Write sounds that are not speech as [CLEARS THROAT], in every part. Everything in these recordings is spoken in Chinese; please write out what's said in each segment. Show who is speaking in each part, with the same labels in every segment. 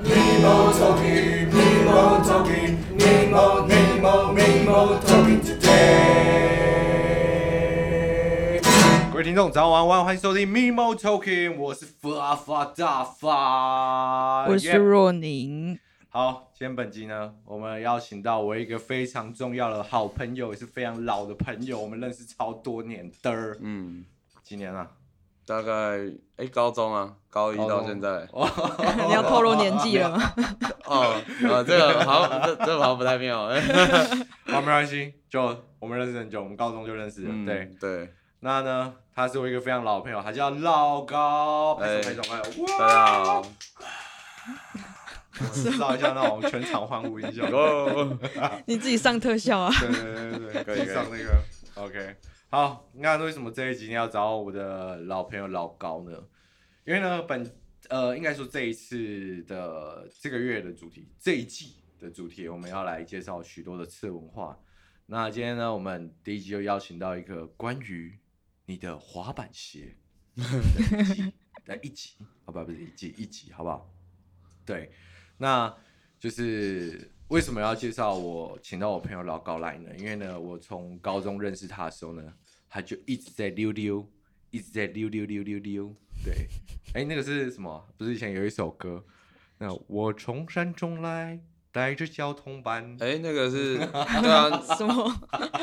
Speaker 1: 你冇做嘢，你冇做嘢，你冇你冇你冇做嘢 today。
Speaker 2: 各位听众，早安晚安，欢迎收听 Mimo Talking，我是发发大发，
Speaker 3: 啊
Speaker 4: 我是
Speaker 2: Yeah
Speaker 4: 若宁。
Speaker 2: 好，今天本集呢，我们邀请到我一个非常重要的好朋友，也是非常老的朋友，我们认识超多年的，
Speaker 3: 嗯，
Speaker 2: 几年
Speaker 4: [LAUGHS]
Speaker 2: 啊？
Speaker 3: 大概哎、高中啊，高一
Speaker 2: 高
Speaker 3: 到
Speaker 2: 中
Speaker 3: 现在，
Speaker 2: 哦
Speaker 4: [LAUGHS] 你要透露年纪了 [LAUGHS] 吗？
Speaker 3: 哦，啊，这个好像这这个好像不太妙。
Speaker 2: 嗯好，没关系，就我们认识很久，我们高中就认识了，
Speaker 3: 嗯
Speaker 2: 对。
Speaker 3: 对，
Speaker 2: 那呢，他是我一个非常老的朋友，他叫老高，拍
Speaker 3: 哎
Speaker 2: 手拍手拍手，
Speaker 3: 大
Speaker 2: 哇！
Speaker 3: 家好，
Speaker 2: [LAUGHS] 制造一下那种全场欢呼音效。
Speaker 3: 哦，
Speaker 4: 你自己上特效啊？ [LAUGHS]
Speaker 2: 对对对对，
Speaker 3: 可以
Speaker 2: 上那个。OK，好，那为什么这一集你要找我的老朋友老高呢？因为呢，本呃，应该说这一次的这个月的主题，这一季的主题，我们要来介绍许多的次文化。那今天呢，我们第一集就邀请到一个关于你的滑板鞋的一集的一集，好吧，不是一季，一集，好不好？对，那就是为什么要介绍我请到我朋友老高来呢？因为呢，我从高中认识他的时候呢，他就一直在溜溜，一直在溜溜溜溜溜。对，哎，那个是什么？不是以前有一首歌？那我从山中来，带着交通班。
Speaker 3: 哎、那个是，对啊，
Speaker 4: 什么？
Speaker 2: [LAUGHS]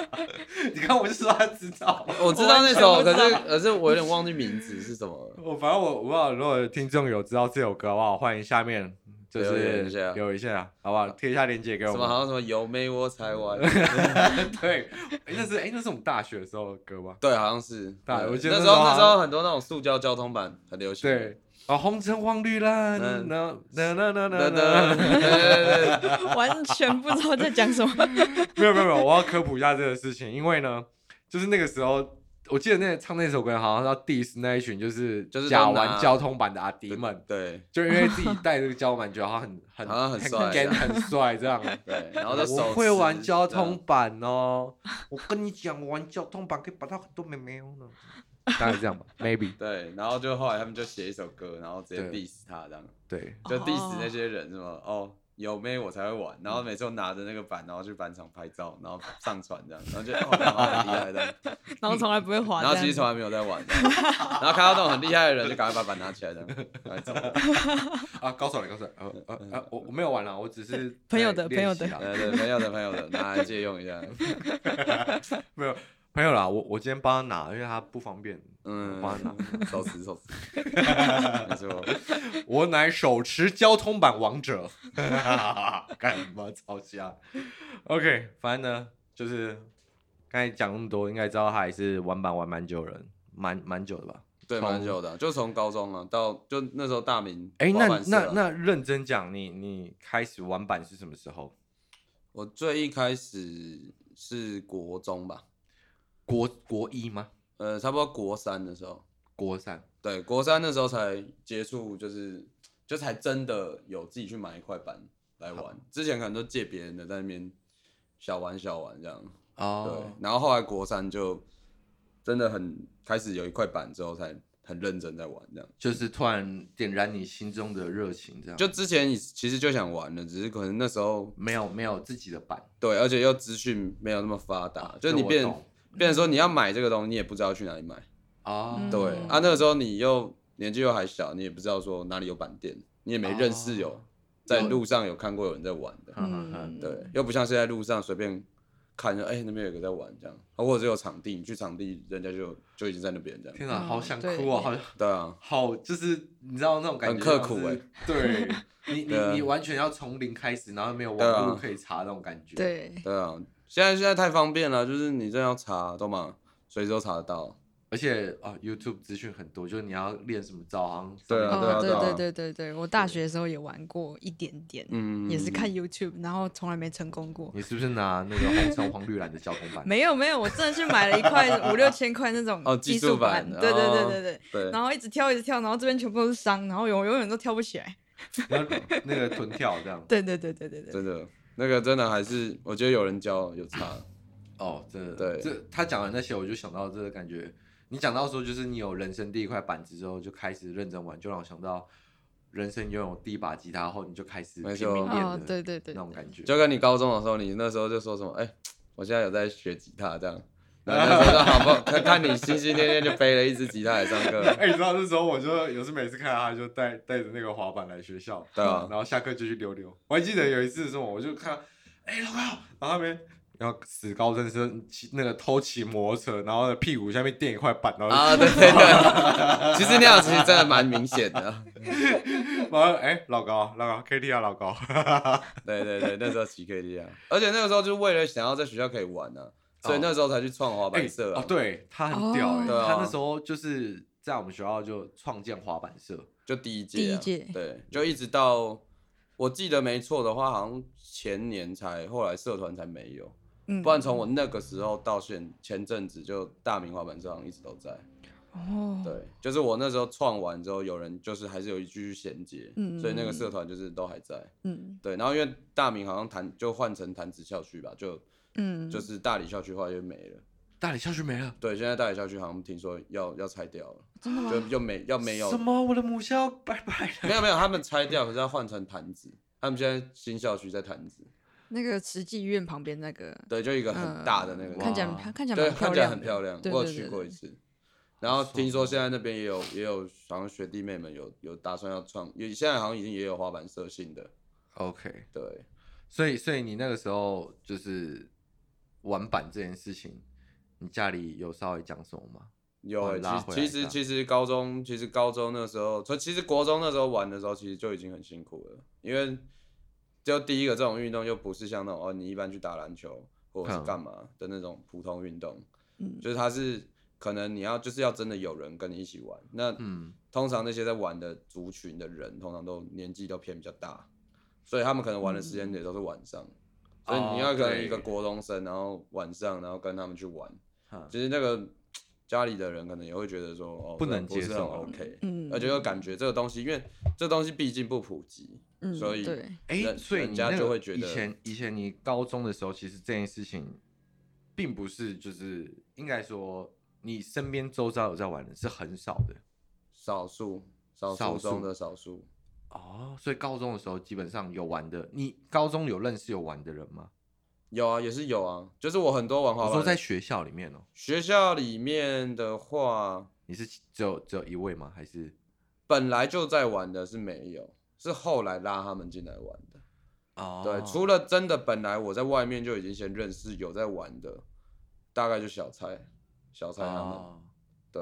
Speaker 2: 你看，我就说他知道。
Speaker 3: 我知道那首，可是可是我有点忘记名字是什么了。
Speaker 2: [LAUGHS] 我反正我我不知道，如果有听众有知道这首歌的话，欢迎下面就
Speaker 3: 留言
Speaker 2: 是
Speaker 3: 一下
Speaker 2: 留一下，好不好？贴一下链接给我
Speaker 3: 什
Speaker 2: 们。
Speaker 3: 么好像什么有妹我才玩，
Speaker 2: [LAUGHS]
Speaker 3: [LAUGHS]
Speaker 2: 对，诶那是哎、那是我们大学的时候的歌吧？
Speaker 3: 对，好像是。
Speaker 2: 大
Speaker 3: 对
Speaker 2: 我记得
Speaker 3: 那
Speaker 2: 那时候
Speaker 3: 那时
Speaker 2: 好像
Speaker 3: 候很多那种塑胶交通板很流行。
Speaker 2: 对，啊，红橙黄绿蓝，
Speaker 3: 嗯
Speaker 2: 那那那那
Speaker 3: 对，
Speaker 2: 那
Speaker 3: 对对
Speaker 2: 那，
Speaker 3: 对对
Speaker 2: [LAUGHS]
Speaker 3: 对对，
Speaker 4: 完全不知道在讲什么。
Speaker 2: 没有没有没有，我要科普一下这个事情，因为呢，就是那个时候，我记得那唱那首歌好像要 diss 那一群就是
Speaker 3: 就是
Speaker 2: 假
Speaker 3: 都
Speaker 2: 玩
Speaker 3: 拿
Speaker 2: 交通版的阿迪们，
Speaker 3: 对
Speaker 2: 就因为自己带这个交通版，觉 [LAUGHS] 得好像很很啊
Speaker 3: 好像很帅这
Speaker 2: g
Speaker 3: 样
Speaker 2: 很帅 [LAUGHS] 这样。
Speaker 3: 对，然后就手
Speaker 2: 我会玩
Speaker 3: 持
Speaker 2: 交
Speaker 3: 这样
Speaker 2: 通版哦，我跟你讲，我玩交通版可以把到很多妹妹哦呢。大概这样吧，maybe
Speaker 3: 对，然后就后来他们就写一首歌，然后直接
Speaker 2: 对
Speaker 3: diss 他这样，
Speaker 2: 对，
Speaker 3: 就
Speaker 4: 哦
Speaker 3: diss 那些人什么哦，有妹我才会玩，然后每次都拿着那个板，然后去板场拍照，然后上传这样，然后 [LAUGHS] 就哦，然后很厉害的，
Speaker 4: 然后从来不会滑
Speaker 3: 然后
Speaker 4: 这
Speaker 3: 其实从
Speaker 4: 样。
Speaker 3: 来没有在玩这样， [LAUGHS] 然后看到那种很厉害的人，就赶快把板拿起来这 [LAUGHS] 样，赶快走，
Speaker 2: 啊，高手来，高手来，呃呃呃，我我没有玩了，我只是 [LAUGHS]
Speaker 4: 朋友
Speaker 2: 在
Speaker 4: 的
Speaker 2: 练
Speaker 4: 朋友
Speaker 2: 习
Speaker 4: 的
Speaker 2: 啦
Speaker 3: 对对，朋友的朋友的拿来借用一下，
Speaker 2: 没有朋友啦，我我今天帮他拿，因为他不方便，
Speaker 3: 嗯
Speaker 2: 我帮他拿。，
Speaker 3: 手持手持，没错，
Speaker 2: 我乃手持交通版王者， [LAUGHS] 干嘛吵架？OK，反正呢，就是刚才讲那么多，应该知道他还是玩板玩蛮久的人，蛮蛮久的吧？
Speaker 3: 对，
Speaker 2: 从
Speaker 3: 蛮久的，就从高中啊到就那时候大明，
Speaker 2: 哎，那
Speaker 3: 滑板社
Speaker 2: 那
Speaker 3: 啊
Speaker 2: 那认真讲，你你开始玩板是什么时候？
Speaker 3: 我最一开始是国中吧，
Speaker 2: 国国一吗？
Speaker 3: 呃，差不多国三的时候，
Speaker 2: 国三？
Speaker 3: 对，国三的时候才接触，就是就才真的有自己去买一块板来玩，之前可能都借别人的在那边小玩小玩这样，对，
Speaker 2: 哦，
Speaker 3: 然后后来国三就真的很开始有一块板之后才很认真在玩这样，
Speaker 2: 就是突然点燃你心中的热情，这样
Speaker 3: 就之前其实就想玩了，只是可能那时候
Speaker 2: 没有没有自己的板，
Speaker 3: 对，而且又资讯没有那么发达，啊就是
Speaker 2: 哦
Speaker 3: 你
Speaker 2: 这我
Speaker 3: 变
Speaker 2: 懂
Speaker 3: 变成说你要买这个东西，你也不知道去哪里买。
Speaker 2: 哦，[LAUGHS]
Speaker 4: 嗯
Speaker 3: 对啊，那个时候你又年纪又还小，你也不知道说哪里有板店，你也没认识有、
Speaker 2: 哦
Speaker 3: 在路上有看过有人在玩的，
Speaker 2: 嗯
Speaker 3: 对，又不像现在路上随便看着，哎、那边有个在玩这样，啊或者是有场地，你去场地人家就就已经在那边这样，
Speaker 2: 天哪，
Speaker 4: 嗯
Speaker 2: 好想
Speaker 4: 对
Speaker 2: 哭啊，好想
Speaker 3: 对啊，
Speaker 2: 好，就是你知道那种感觉，
Speaker 3: 很刻苦
Speaker 2: 哎、
Speaker 3: 欸
Speaker 2: 对
Speaker 3: [LAUGHS]
Speaker 2: 你你
Speaker 3: 对啊
Speaker 2: 你完全要从零开始，然后没有
Speaker 3: 对啊
Speaker 2: 网络可以查那种感觉。，
Speaker 4: 对，
Speaker 3: 对啊，现在现在太方便了，就是你真的要查，懂吗？随时都查得到，
Speaker 2: 而且啊，YouTube 资讯很多，就是你要练什么招，好像
Speaker 3: 对啊
Speaker 4: 哦，
Speaker 3: 对啊
Speaker 4: 对对对对，我大学的时候也玩过一点点，
Speaker 3: 嗯，
Speaker 4: 也是看 YouTube，然后从来没成功过。
Speaker 2: 你是不是拿那个红橙黄绿蓝的交通
Speaker 3: [LAUGHS]
Speaker 2: 版？
Speaker 4: 没有没有，我真的去买了一块五六千块那种
Speaker 3: 哦
Speaker 4: 技
Speaker 3: 技
Speaker 4: 术
Speaker 3: 术版
Speaker 4: 对对对
Speaker 3: 哦
Speaker 4: 对对。
Speaker 3: 对，
Speaker 4: 然后一直挑一直挑，然后这边全部都是伤，然后永永远都挑不起来。
Speaker 2: 然后那个臀跳这样。
Speaker 4: 对对对对对对。
Speaker 3: 真的那个真的还是我觉得有人教有差，
Speaker 2: 哦，真的，
Speaker 3: 对
Speaker 2: 这他讲的那些，我就想到这个感觉。你讲到说，就是你有人生第一块板子之后，就开始认真玩，就让我想到人生拥有第一把吉他后，你就开始
Speaker 3: 没
Speaker 2: 拼命
Speaker 3: 错
Speaker 2: 练
Speaker 4: 哦
Speaker 2: 的，
Speaker 4: 对对对
Speaker 2: 那种感觉。
Speaker 3: 就跟你高中的时候，你那时候就说什么，哎、我现在有在学吉他这样。然后那时候就好不好？ [LAUGHS] 看看你心心念念就背了一支吉他来上课，
Speaker 2: [LAUGHS] 哎、你知道那时候我就有时每次看到他就带带着那个滑板来学校，
Speaker 3: 对啊
Speaker 2: 然后下课就去溜溜。我还记得有一次什么，我就看到，哎、老高，然后他们然后死高中生骑那个偷骑摩托车，然后屁股下面垫一块板，然后就、
Speaker 3: 啊，对对对，其实那样其实真的蛮明显的，
Speaker 2: 然后哎、老高老高 K T 啊老高，
Speaker 3: 对对对，那时候骑 K D 啊，而且那个时候就是为了想要在学校可以玩呢、啊，所以那时候才去创滑板社
Speaker 2: 哦
Speaker 3: 啊，，
Speaker 2: 对他很屌哎、
Speaker 3: 哦对啊
Speaker 2: 他那时候就是在我们学校就创建滑板社，
Speaker 3: 就第一届、啊，
Speaker 4: 第一届
Speaker 3: 对，就一直到我记得没错的话，好像前年才，后来社团才没有，
Speaker 4: 嗯
Speaker 3: 不然从我那个时候到现前阵子就大明滑板社好像一直都在，
Speaker 4: 哦，
Speaker 3: 对，就是我那时候创完之后，有人就是还是有一句衔接，
Speaker 4: 嗯
Speaker 3: 所以那个社团就是都还在。
Speaker 4: 嗯
Speaker 3: 对，然后因为大明好像潭就换成潭子校区吧，就
Speaker 4: 嗯，
Speaker 3: 就是大理校区后来就没了。
Speaker 2: 大理校区没了，
Speaker 3: 对，现在大理校区好像听说要要拆掉了，
Speaker 4: 真的吗？
Speaker 3: 就就没要没有
Speaker 2: 什么我的母校拜拜了，
Speaker 3: 没有没有，他们拆掉，可是要换成潭子。他们现在新校区在潭子，
Speaker 4: 那个慈济医院旁边那个，嗯
Speaker 3: 对，就一个很大的那个，
Speaker 4: 看起来
Speaker 2: 哇
Speaker 4: 很看起来
Speaker 3: 对，
Speaker 4: 蛮
Speaker 3: 看
Speaker 4: 漂
Speaker 3: 起来
Speaker 4: 亮的，
Speaker 3: 很漂亮。
Speaker 4: 对
Speaker 3: 我有
Speaker 4: 对
Speaker 3: 去
Speaker 4: 对
Speaker 3: 过一
Speaker 4: 对
Speaker 3: 次，然后
Speaker 2: 爽
Speaker 3: 听说
Speaker 2: 哦
Speaker 3: 现在那边也有也有，好像学弟妹们有有打算要创，也现在好像已经也有滑板社性的，
Speaker 2: OK。
Speaker 3: 对，
Speaker 2: 所以，所以你那个时候就是玩板这件事情，你家里有稍微讲什么吗？
Speaker 3: 有
Speaker 2: 把
Speaker 3: 欸、
Speaker 2: 你拉回来
Speaker 3: 其
Speaker 2: 一
Speaker 3: 其实
Speaker 2: 下
Speaker 3: 其实高中其实高中那时候，所以其实国中那时候玩的时候，其实就已经很辛苦了，因为就第一个这种运动又不是像那种哦，你一般去打篮球或者是
Speaker 2: 嗯
Speaker 3: 干嘛的那种普通运动，
Speaker 4: 嗯
Speaker 3: 就是它是可能你要就是要真的有人跟你一起玩，那
Speaker 2: 嗯，
Speaker 3: 通常那些在玩的族群的人，通常都年纪都偏比较大，所以他们可能玩的时间也都是晚上，所以你要
Speaker 2: 哦
Speaker 3: 可能
Speaker 2: 对
Speaker 3: 一个国中生，然后晚上然后跟他们去玩，
Speaker 2: 哈
Speaker 3: 其实那个家里的人可能也会觉得说，哦，
Speaker 2: 不
Speaker 3: 这
Speaker 2: 能
Speaker 3: 不是
Speaker 2: 接
Speaker 3: 很
Speaker 2: 受啊
Speaker 3: OK，
Speaker 4: 嗯
Speaker 3: 而且又感觉这个东西，因为这东西毕竟不普及，
Speaker 4: 嗯
Speaker 3: 所以
Speaker 4: 对，
Speaker 2: 哎、
Speaker 3: 人
Speaker 2: 所以
Speaker 3: 人
Speaker 2: 你
Speaker 3: 家
Speaker 2: 那
Speaker 3: 就
Speaker 2: 个
Speaker 3: 会觉得
Speaker 2: 以前以前你高中的时候，其实这件事情并不是就是应该说你身边周遭有在玩的是很少的
Speaker 3: 少数少
Speaker 2: 少
Speaker 3: 数中
Speaker 2: 数
Speaker 3: 的少数，
Speaker 2: 哦。所以高中的时候基本上有玩的，你高中有认识有玩的人吗？
Speaker 3: 有啊，也是有啊，就是我很多玩滑
Speaker 2: 我
Speaker 3: 板
Speaker 2: 说
Speaker 3: 的，
Speaker 2: 在学校里面哦、
Speaker 3: 学校里面的话，
Speaker 2: 你是只有只有一位吗？还是
Speaker 3: 本来就在玩的是没有，是后来拉他们进来玩的。
Speaker 2: 哦
Speaker 3: 对，除了真的本来我在外面就已经先认识有在玩的，大概就小蔡、小蔡他们。
Speaker 2: 哦，
Speaker 3: 对，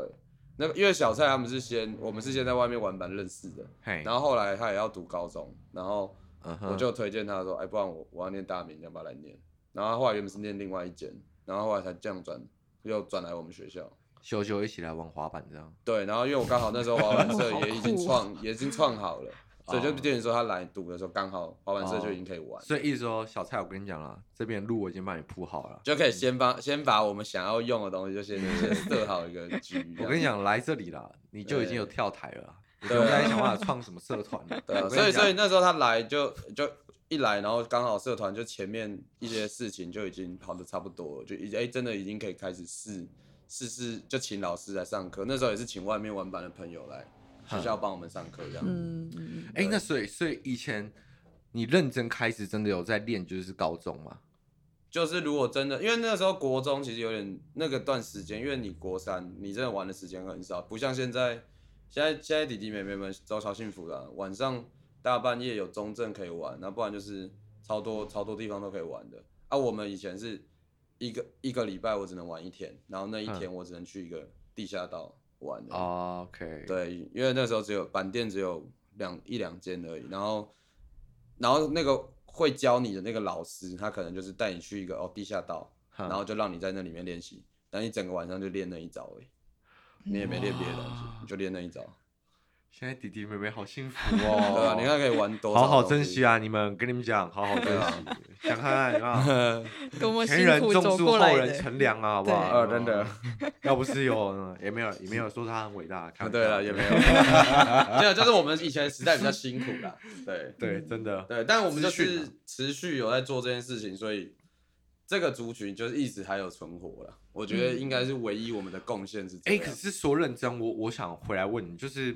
Speaker 3: 那个因为小蔡他们是先，我们是先在外面玩班认识的，
Speaker 2: 嘿，
Speaker 3: 然后后来他也要读高中，然后
Speaker 2: 嗯哼
Speaker 3: 我就推荐他说，哎、不然我我要念大名，让他来念。然后他后来原本是念另外一间，然后后来才这样转，又转来我们学校。
Speaker 2: 修修一起来玩滑板这样。
Speaker 3: 对，然后因为我刚好那时候滑板
Speaker 4: [LAUGHS]
Speaker 3: 社
Speaker 4: 哇好
Speaker 3: 也已经
Speaker 4: 酷哦
Speaker 3: 创，也已经创好了，所以就
Speaker 2: 哦
Speaker 3: 变成说他来读的时候刚好滑板社就
Speaker 2: 哦
Speaker 3: 已经可以玩，
Speaker 2: 所以意思说，小蔡，我跟你讲啦，这边路我已经帮你铺好了。
Speaker 3: 就可以先把先把我们想要用的东西
Speaker 2: [LAUGHS]
Speaker 3: 就先先设好一个局。
Speaker 2: 我跟你，讲，来这里啦，你就已经有跳台了啦，你不用
Speaker 3: 啊对啊
Speaker 2: 再想办法创什么社团了。
Speaker 3: [LAUGHS] 对啊，
Speaker 2: [LAUGHS] 我跟
Speaker 3: 所以
Speaker 2: 你
Speaker 3: 所以
Speaker 2: 讲
Speaker 3: 那时候他来就就一来，然后刚好社团就前面一些事情就已经跑的差不多了，就已哎、真的已经可以开始试试试，就请老师来上课。那时候也是请外面玩板的朋友来学校帮我们上课这样。
Speaker 4: 嗯
Speaker 3: [LAUGHS]
Speaker 4: 嗯
Speaker 2: 哎、那所以所以以前你认真开始真的有在练，就是高中嘛？
Speaker 3: 就是如果真的，因为那个时候国中其实有点那个段时间，因为你国三，你真的玩的时间很少，不像现在，现在现在弟弟妹妹们都超幸福的啊、晚上大半夜有中正可以玩，那不然就是超多超多地方都可以玩的。啊，我们以前是一个一个礼拜我只能玩一天，然后那一天我只能去一个地下道玩而已。
Speaker 2: 哦，OK，，
Speaker 3: 对，因为那时候只有板店只有两一两间而已，然后然后那个会教你的那个老师，他可能就是带你去一个哦地下道，
Speaker 2: 哈
Speaker 3: 然后就让你在那里面练习，但一整个晚上就练那一招而已，你也没练别的东西
Speaker 2: 哇，
Speaker 3: 你就练那一招。
Speaker 2: 现在弟弟妹妹好幸福
Speaker 3: [LAUGHS] 对
Speaker 2: 哦。
Speaker 3: 啊，你看可以玩多少，
Speaker 2: 好好珍惜！啊！你们跟你们讲，好好珍惜。
Speaker 3: 啊
Speaker 2: 想看看啊，
Speaker 3: [LAUGHS]
Speaker 4: 嗯，多么
Speaker 2: 前
Speaker 4: 辛
Speaker 2: 人
Speaker 4: 苦
Speaker 2: 种
Speaker 4: 走
Speaker 2: 树，
Speaker 4: 过
Speaker 2: 后
Speaker 4: 来
Speaker 2: 人
Speaker 4: 的，
Speaker 2: 乘凉啊，好不好？
Speaker 4: 对
Speaker 2: 呃，真的，要不是有呢，也没有也没有说他很伟大。开
Speaker 3: 啊，
Speaker 2: 玩
Speaker 3: 对
Speaker 2: 笑
Speaker 3: 了，也
Speaker 2: [LAUGHS]
Speaker 3: 没有，没有，就是我们以前时代比较辛苦啦，对
Speaker 2: 对，真的。
Speaker 3: 对，但我们就
Speaker 2: 资讯
Speaker 3: 是
Speaker 2: 啊
Speaker 3: 持续有在做这件事情，所以这个族群就是一直还有存活了。我觉得应该是唯一我们的贡献是这
Speaker 2: 嗯哎、
Speaker 3: 样。
Speaker 2: 可是说认真，我我想回来问你，就是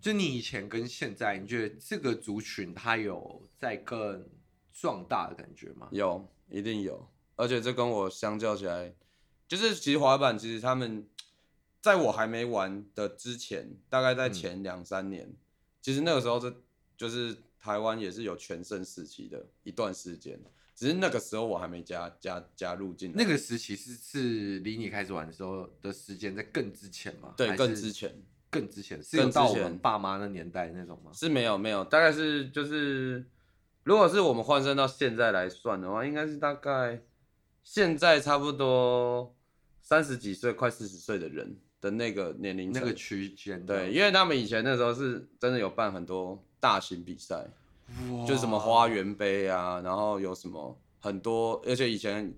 Speaker 2: 就你以前跟现在，你觉得这个族群它有在更壮大的感觉吗？
Speaker 3: 有，一定有，而且这跟我相较起来，就是其实滑板其实他们在我还没玩的之前，大概在
Speaker 2: 嗯
Speaker 3: 前两三年，其实那个时候这就是台湾也是有全盛时期的一段时间，只是那个时候我还没加加加入进来，
Speaker 2: 那个时期是是离你开始玩的时候的时间在更之前吗？
Speaker 3: 对
Speaker 2: 还
Speaker 3: 更
Speaker 2: 是
Speaker 3: 之前
Speaker 2: 更之前是
Speaker 3: 更
Speaker 2: 有
Speaker 3: 之
Speaker 2: 到我
Speaker 3: 前
Speaker 2: 们爸妈那年代那种吗？
Speaker 3: 是没有没有，大概是就是，如果是我们换算到现在来算的话，应该是大概现在差不多三十几岁、快四十岁的人的那个年龄
Speaker 2: 那
Speaker 3: 层
Speaker 2: 个区间的
Speaker 3: 对，因为他们以前那时候是真的有办很多大型比赛，就是什么
Speaker 2: 哦
Speaker 3: 花园杯啊，然后有什么很多，而且以前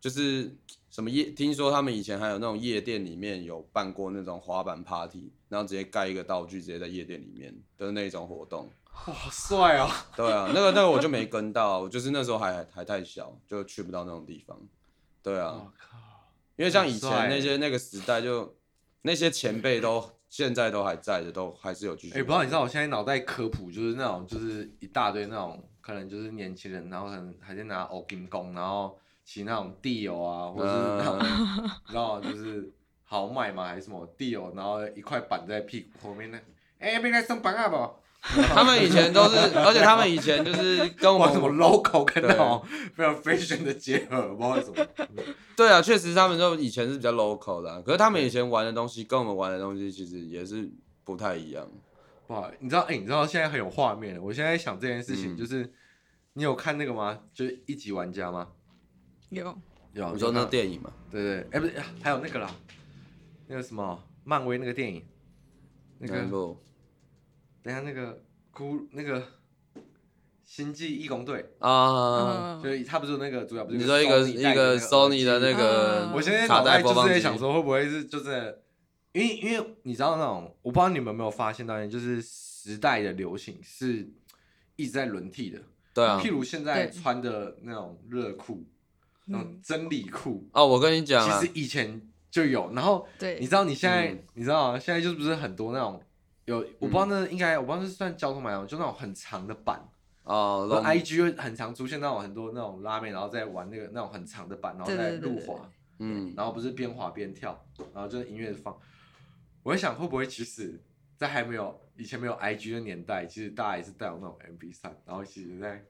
Speaker 3: 就是什么夜，听说他们以前还有那种夜店里面有办过那种滑板 party，然后直接盖一个道具，直接在夜店里面的那种活动。
Speaker 2: 哇好帅
Speaker 3: [LAUGHS]
Speaker 2: 哦！
Speaker 3: 对啊，那个那个我就没跟到啊，我就是那时候还还太小，就去不到那种地方。对啊，
Speaker 2: 我靠，
Speaker 3: 因为像
Speaker 2: 很
Speaker 3: 以前
Speaker 2: 帅
Speaker 3: 那
Speaker 2: 欸
Speaker 3: 些那个时代就，那些前辈都现在都还在的，都还是有继续
Speaker 2: 哎、
Speaker 3: 玩。
Speaker 2: 不知道你知道我现在脑袋科普就是那种就是一大堆那种可能就是年轻人，然后可能还在拿欧金弓，然后骑那种地友啊，或者是
Speaker 3: 嗯
Speaker 2: 那种、 [LAUGHS] 然后就是豪迈嘛还是什么地友，然后一块板在屁股后面那，哎、别来上板啊不？
Speaker 3: 他们以前都是，而且他们以前就是跟我
Speaker 2: 哇，什么
Speaker 3: 们
Speaker 2: local 跟那种非常 fashion 的结合，不知道为什么。
Speaker 3: 对啊，确实他们就以前是比较 local 的啊、可是他们以前玩的东西跟我们玩的东西其实也是不太一样。
Speaker 2: 哇，你知道？哎、你知道现在很有画面了。我现在想这件事情，
Speaker 3: 嗯
Speaker 2: 就是、你有看那个吗？就是一级玩家吗？
Speaker 4: 有
Speaker 2: 有，啊
Speaker 3: 你说
Speaker 2: 哦
Speaker 3: 那
Speaker 2: 有看
Speaker 3: 电影嘛？
Speaker 2: 对对，哎、不是，还有那个啦，那个什么漫威那个电影，那个
Speaker 3: 哪
Speaker 2: [LAUGHS]
Speaker 3: 一部
Speaker 2: 等一下那个哭那个星际义工队，
Speaker 3: 啊，
Speaker 4: 嗯
Speaker 2: 就是他不是有那个主角不是
Speaker 3: 你说一个
Speaker 2: Sony
Speaker 3: 一
Speaker 2: 戴着
Speaker 3: 个 Sony 的
Speaker 2: 耳
Speaker 3: 那
Speaker 2: 机
Speaker 3: 个
Speaker 4: 嗯
Speaker 2: 我现在
Speaker 3: 卡
Speaker 2: 脑
Speaker 3: 带
Speaker 2: 袋
Speaker 3: 播
Speaker 2: 就是
Speaker 3: 放
Speaker 2: 在
Speaker 3: 机，
Speaker 2: 想说，会不会是就真的，因为因为你知道那种，我不知道你们有没有发现到，就是时代的流行是一直在轮替的。
Speaker 3: 对啊
Speaker 2: 譬，如现在
Speaker 4: 对
Speaker 2: 穿的那种热裤，那种
Speaker 4: 嗯
Speaker 2: 真理裤，
Speaker 3: 哦，我跟你讲
Speaker 2: 其
Speaker 3: 啊
Speaker 2: 实，以前就有。然后
Speaker 4: 对
Speaker 2: 你知道你现在
Speaker 3: 嗯，
Speaker 2: 你知道啊现在就是不是很多那种有，我不知道那应该我不知道是算交通买的，就那种很长的板。
Speaker 3: 哦，
Speaker 2: 然
Speaker 3: 龙
Speaker 2: 后 IG 会很常出现那种很多那种拉面，然后再玩那个那种很长的板，然后
Speaker 4: 对
Speaker 2: 再
Speaker 4: 对对
Speaker 2: 路
Speaker 4: 对
Speaker 2: 滑。
Speaker 3: 嗯，
Speaker 2: 然后不是边滑边跳，然后就是音乐放。我在想会不会其实，在还没有以前没有 IG 的年代，其实大家也是带有那种 MB 三，然后其实在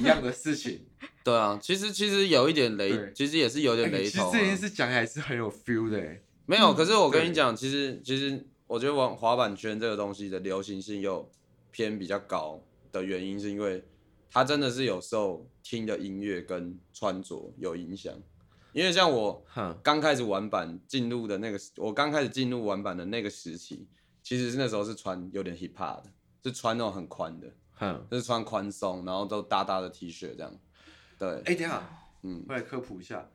Speaker 2: 一样的事情。
Speaker 3: 对啊，其实其实有一点雷
Speaker 2: 对，
Speaker 3: 其实也是有
Speaker 2: 哎
Speaker 3: 点雷
Speaker 2: 其实
Speaker 3: 同啊、
Speaker 2: 这件事讲起来是很有 feel 的、欸，
Speaker 3: 没有，
Speaker 4: 嗯
Speaker 3: 可是我跟
Speaker 2: 对
Speaker 3: 你讲，其实其实我觉得玩滑板圈这个东西的流行性又偏比较高的原因，是因为它真的是有受听的音乐跟穿着有影响。因为像我
Speaker 2: 哼，
Speaker 3: 刚开始玩板进入的那个时，我刚开始进入玩板的那个时期，其实是那时候是穿有点 hip hop 的，是穿那种很宽的，
Speaker 2: 哼。
Speaker 3: 就是穿宽松，然后都大大的 T 恤这样。对，
Speaker 2: 哎、等一下，
Speaker 3: 嗯，
Speaker 2: 我来科普一下。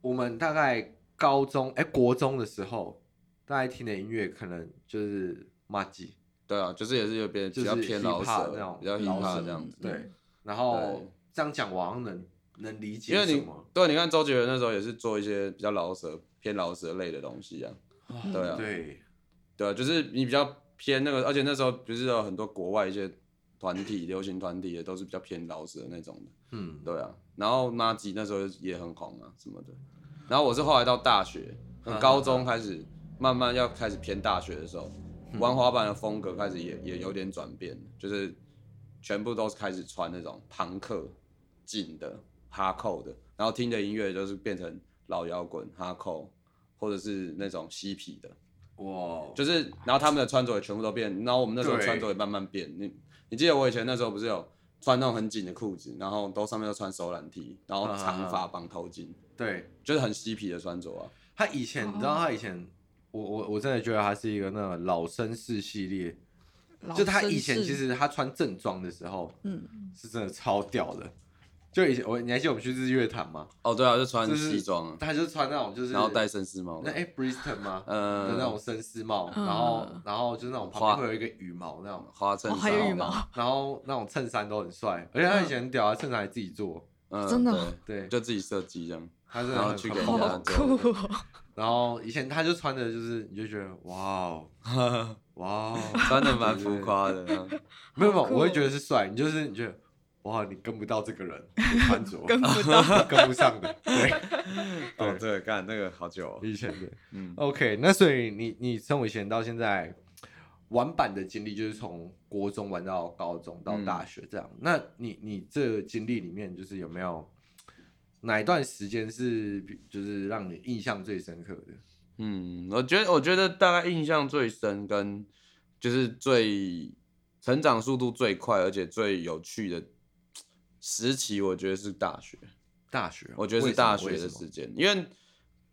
Speaker 2: 我们大概高中哎、国中的时候，大概听的音乐可能就是马吉，
Speaker 3: 对啊，就是也是有别比较
Speaker 2: 就是
Speaker 3: 偏老
Speaker 2: hip-hop
Speaker 3: 舍
Speaker 2: 那种，
Speaker 3: 比较
Speaker 2: 老
Speaker 3: hip hop
Speaker 2: 舍
Speaker 3: 这样子。
Speaker 2: 对
Speaker 4: 嗯。
Speaker 2: 然
Speaker 3: 对
Speaker 2: 后这样讲，我好像能能理
Speaker 3: 因
Speaker 2: 解
Speaker 3: 为
Speaker 2: 什
Speaker 3: 你
Speaker 2: 么。
Speaker 3: 对，你看周杰伦那时候也是做一些比较饶舌、偏饶舌类的东西啊，
Speaker 2: 啊
Speaker 3: 对啊
Speaker 2: 对。
Speaker 3: 对啊，就是你比较偏那个，而且那时候不是有很多国外一些团体、流行团体也都是比较偏饶舌那种的，
Speaker 2: 嗯，
Speaker 3: 对啊。然后 n a z i 那时候也很红啊什么的，然后我是后来到大学、高中开始慢慢要开始偏大学的时候，玩滑板的风格开始也也有点转变，就是全部都是开始穿那种朋克、紧的、哈扣的，然后听的音乐就是变成老摇滚、哈扣，或者是那种嬉皮的，
Speaker 2: 哇，
Speaker 3: 就是然后他们的穿着也全部都变，然后我们那时候
Speaker 2: 对
Speaker 3: 穿着也慢慢变。你你记得我以前那时候不是有穿那种很紧的裤子，然后都上面都穿手染 T，然后长
Speaker 2: 啊啊
Speaker 3: 发
Speaker 2: 啊
Speaker 3: 绑头巾，
Speaker 2: 对
Speaker 3: 就是很嬉皮的穿着啊。
Speaker 2: 他以前，你知道
Speaker 4: 哦
Speaker 2: 他以前，我我我真的觉得他是一个那个老绅士系列，
Speaker 4: 老
Speaker 2: 就他
Speaker 4: 绅
Speaker 2: 以前
Speaker 4: 士
Speaker 2: 其实他穿正装的时候
Speaker 4: 嗯，
Speaker 2: 是真的超屌的。就以前我你还记得我们去日月潭吗？
Speaker 3: 哦，对啊，就穿
Speaker 2: 就是
Speaker 3: 西装啊，
Speaker 2: 他就穿那种就是
Speaker 3: 然后戴绅士帽
Speaker 2: 那。哎 Bristol 吗？
Speaker 3: 嗯
Speaker 2: 的那种绅士帽，
Speaker 4: 嗯
Speaker 2: 然后然后就是那种旁
Speaker 3: 花嗯
Speaker 2: 边会有一个羽毛那种，
Speaker 3: 花衬
Speaker 4: 哦，
Speaker 3: 衫，啊
Speaker 4: 还有羽毛，
Speaker 2: 然后那种衬衫都很帅，而且他以前很屌，他衬衫还自己做，
Speaker 3: 嗯， [LAUGHS]
Speaker 4: 真的哦
Speaker 2: 对
Speaker 3: 对，就自己设计这样，
Speaker 2: 他真的
Speaker 3: 然后
Speaker 2: 很
Speaker 3: 去
Speaker 2: 很
Speaker 3: 给人
Speaker 2: 棒
Speaker 3: 家
Speaker 4: 好
Speaker 3: 这样
Speaker 4: 酷哦！
Speaker 2: 然后以前他就穿的就是，你就觉得哇
Speaker 3: [LAUGHS]
Speaker 2: 哦哇哦，
Speaker 3: 穿的蛮浮夸 [LAUGHS] 的，嗯
Speaker 2: 没有没有，
Speaker 4: 好酷
Speaker 2: 我会觉得是帅，你就是你觉得哇，你跟不到这个人的穿着，
Speaker 4: [LAUGHS] 跟不到。
Speaker 2: [LAUGHS] 跟不上的，对，
Speaker 3: 哦，这个干那个好久、哦，
Speaker 2: 以前的。
Speaker 3: 嗯，
Speaker 2: OK，那所以你你从以前到现在玩板的经历，就是从国中玩到高中
Speaker 3: 嗯
Speaker 2: 到大学这样。那你你这个经历里面，就是有没有哪一段时间是比就是让你印象最深刻的？
Speaker 3: 嗯，我觉得我觉得大概印象最深跟就是最成长速度最快，而且最有趣的时期，我觉得是大学。
Speaker 2: 大学哦，
Speaker 3: 我觉得
Speaker 2: 为
Speaker 3: 是
Speaker 2: 什么
Speaker 3: 大学
Speaker 2: 为
Speaker 3: 的
Speaker 2: 什么
Speaker 3: 时间，因为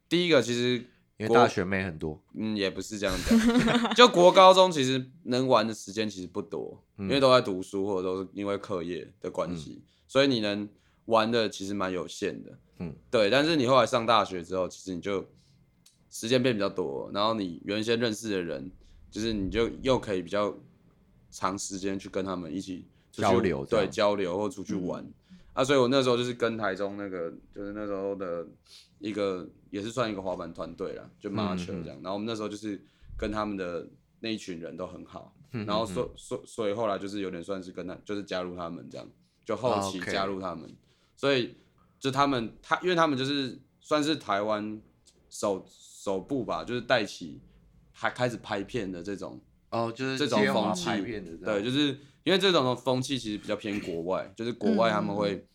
Speaker 3: 第一个其实
Speaker 2: 因为
Speaker 3: 国
Speaker 2: 大学妹很多，
Speaker 3: 嗯也不是这样讲， [LAUGHS] 就国高中其实能玩的时间其实不多，因
Speaker 2: 嗯
Speaker 3: 为都在读书或者都是因为课业的关系，所以你能玩的其实蛮有限的。
Speaker 2: 嗯，
Speaker 3: 对。但是你后来上大学之后，其实你就时间变比较多，然后你原先认识的人，就是你就又可以比较长时间去跟他们一起出去
Speaker 2: 交流这样嗯
Speaker 3: 对交流或出去玩。啊，所以我那时候就是跟台中那个，就是那时候的一个也是算一个滑板团队啦，就马球这样。然后我们那时候就是跟他们的那一群人都很好，然后所所所以后来就是有点算是跟他就是加入他们这样，就后期
Speaker 2: OK
Speaker 3: 加入他们所以就他们他因为他们就是算是台湾首首部吧，就是带起还开始拍片的这种
Speaker 2: 哦，就是
Speaker 3: 这种
Speaker 2: 街花
Speaker 3: 风气
Speaker 2: 拍片的这样，
Speaker 3: 对，就是因为这种风气其实比较偏国外，就是国外他们会，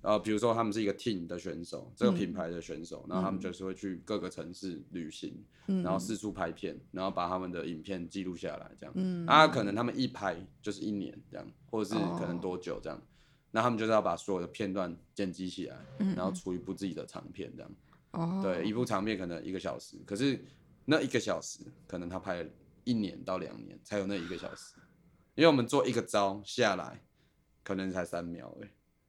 Speaker 3: 呃，比如说他们是一个 team 的选手，这个品牌的选手，然后他们就是会去各个城市旅行，然
Speaker 4: 嗯
Speaker 3: 后四处拍片，然后把他们的影片记录下来，这样。
Speaker 4: 嗯
Speaker 3: 啊，可能他们一拍就是一年这样，或者是可能多久这样。那他们就是要把所有的片段剪辑起来，然后出一部自己的长片这样。
Speaker 4: 哦，
Speaker 3: 对，一部长片可能一个小时，可是那一个小时可能他拍了一年到两年才有那一个小时，因为我们做一个招下来，可能才三秒哎、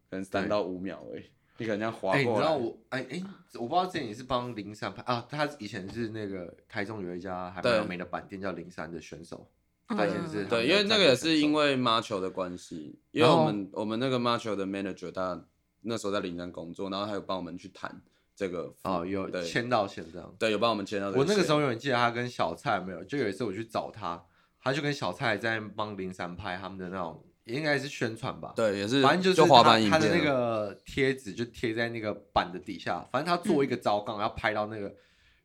Speaker 3: 可能三
Speaker 2: 对
Speaker 3: 到五秒哎、你可能这样划
Speaker 2: 哎、你
Speaker 3: 过
Speaker 2: 知
Speaker 4: 嗯
Speaker 3: 来，
Speaker 2: 道我哎哎、我不知道这里是帮林山拍啊，他以前是那个台中有一家还蛮
Speaker 3: 对
Speaker 2: 有名的板店叫林山的选手，
Speaker 4: 嗯
Speaker 2: 他以前是他们
Speaker 3: 对，
Speaker 2: 的
Speaker 3: 因为那个也
Speaker 2: 战队
Speaker 3: 是
Speaker 2: 选手
Speaker 3: 因为 Marshall 的关系，因为
Speaker 2: 然后
Speaker 3: 我们我们那个 Marshall 的 manager 他那时候在林丹工作，然后他有帮我们去谈这个服
Speaker 2: 哦有
Speaker 3: 对
Speaker 2: 签到线这样。
Speaker 3: 对有帮我们签到这
Speaker 2: 我那个时
Speaker 3: 线
Speaker 2: 候永远记得他跟小蔡没有，就有一次我去找他，他就跟小蔡在帮林三拍他们的那种，应该是宣传吧，，
Speaker 3: 对也是
Speaker 2: 反正就是
Speaker 3: 就滑板
Speaker 2: 他
Speaker 3: 影
Speaker 2: 他
Speaker 3: 片
Speaker 2: 的那
Speaker 3: 啊
Speaker 2: 个贴纸就贴在那个板的底下，反正他做一个招杠要拍到那个，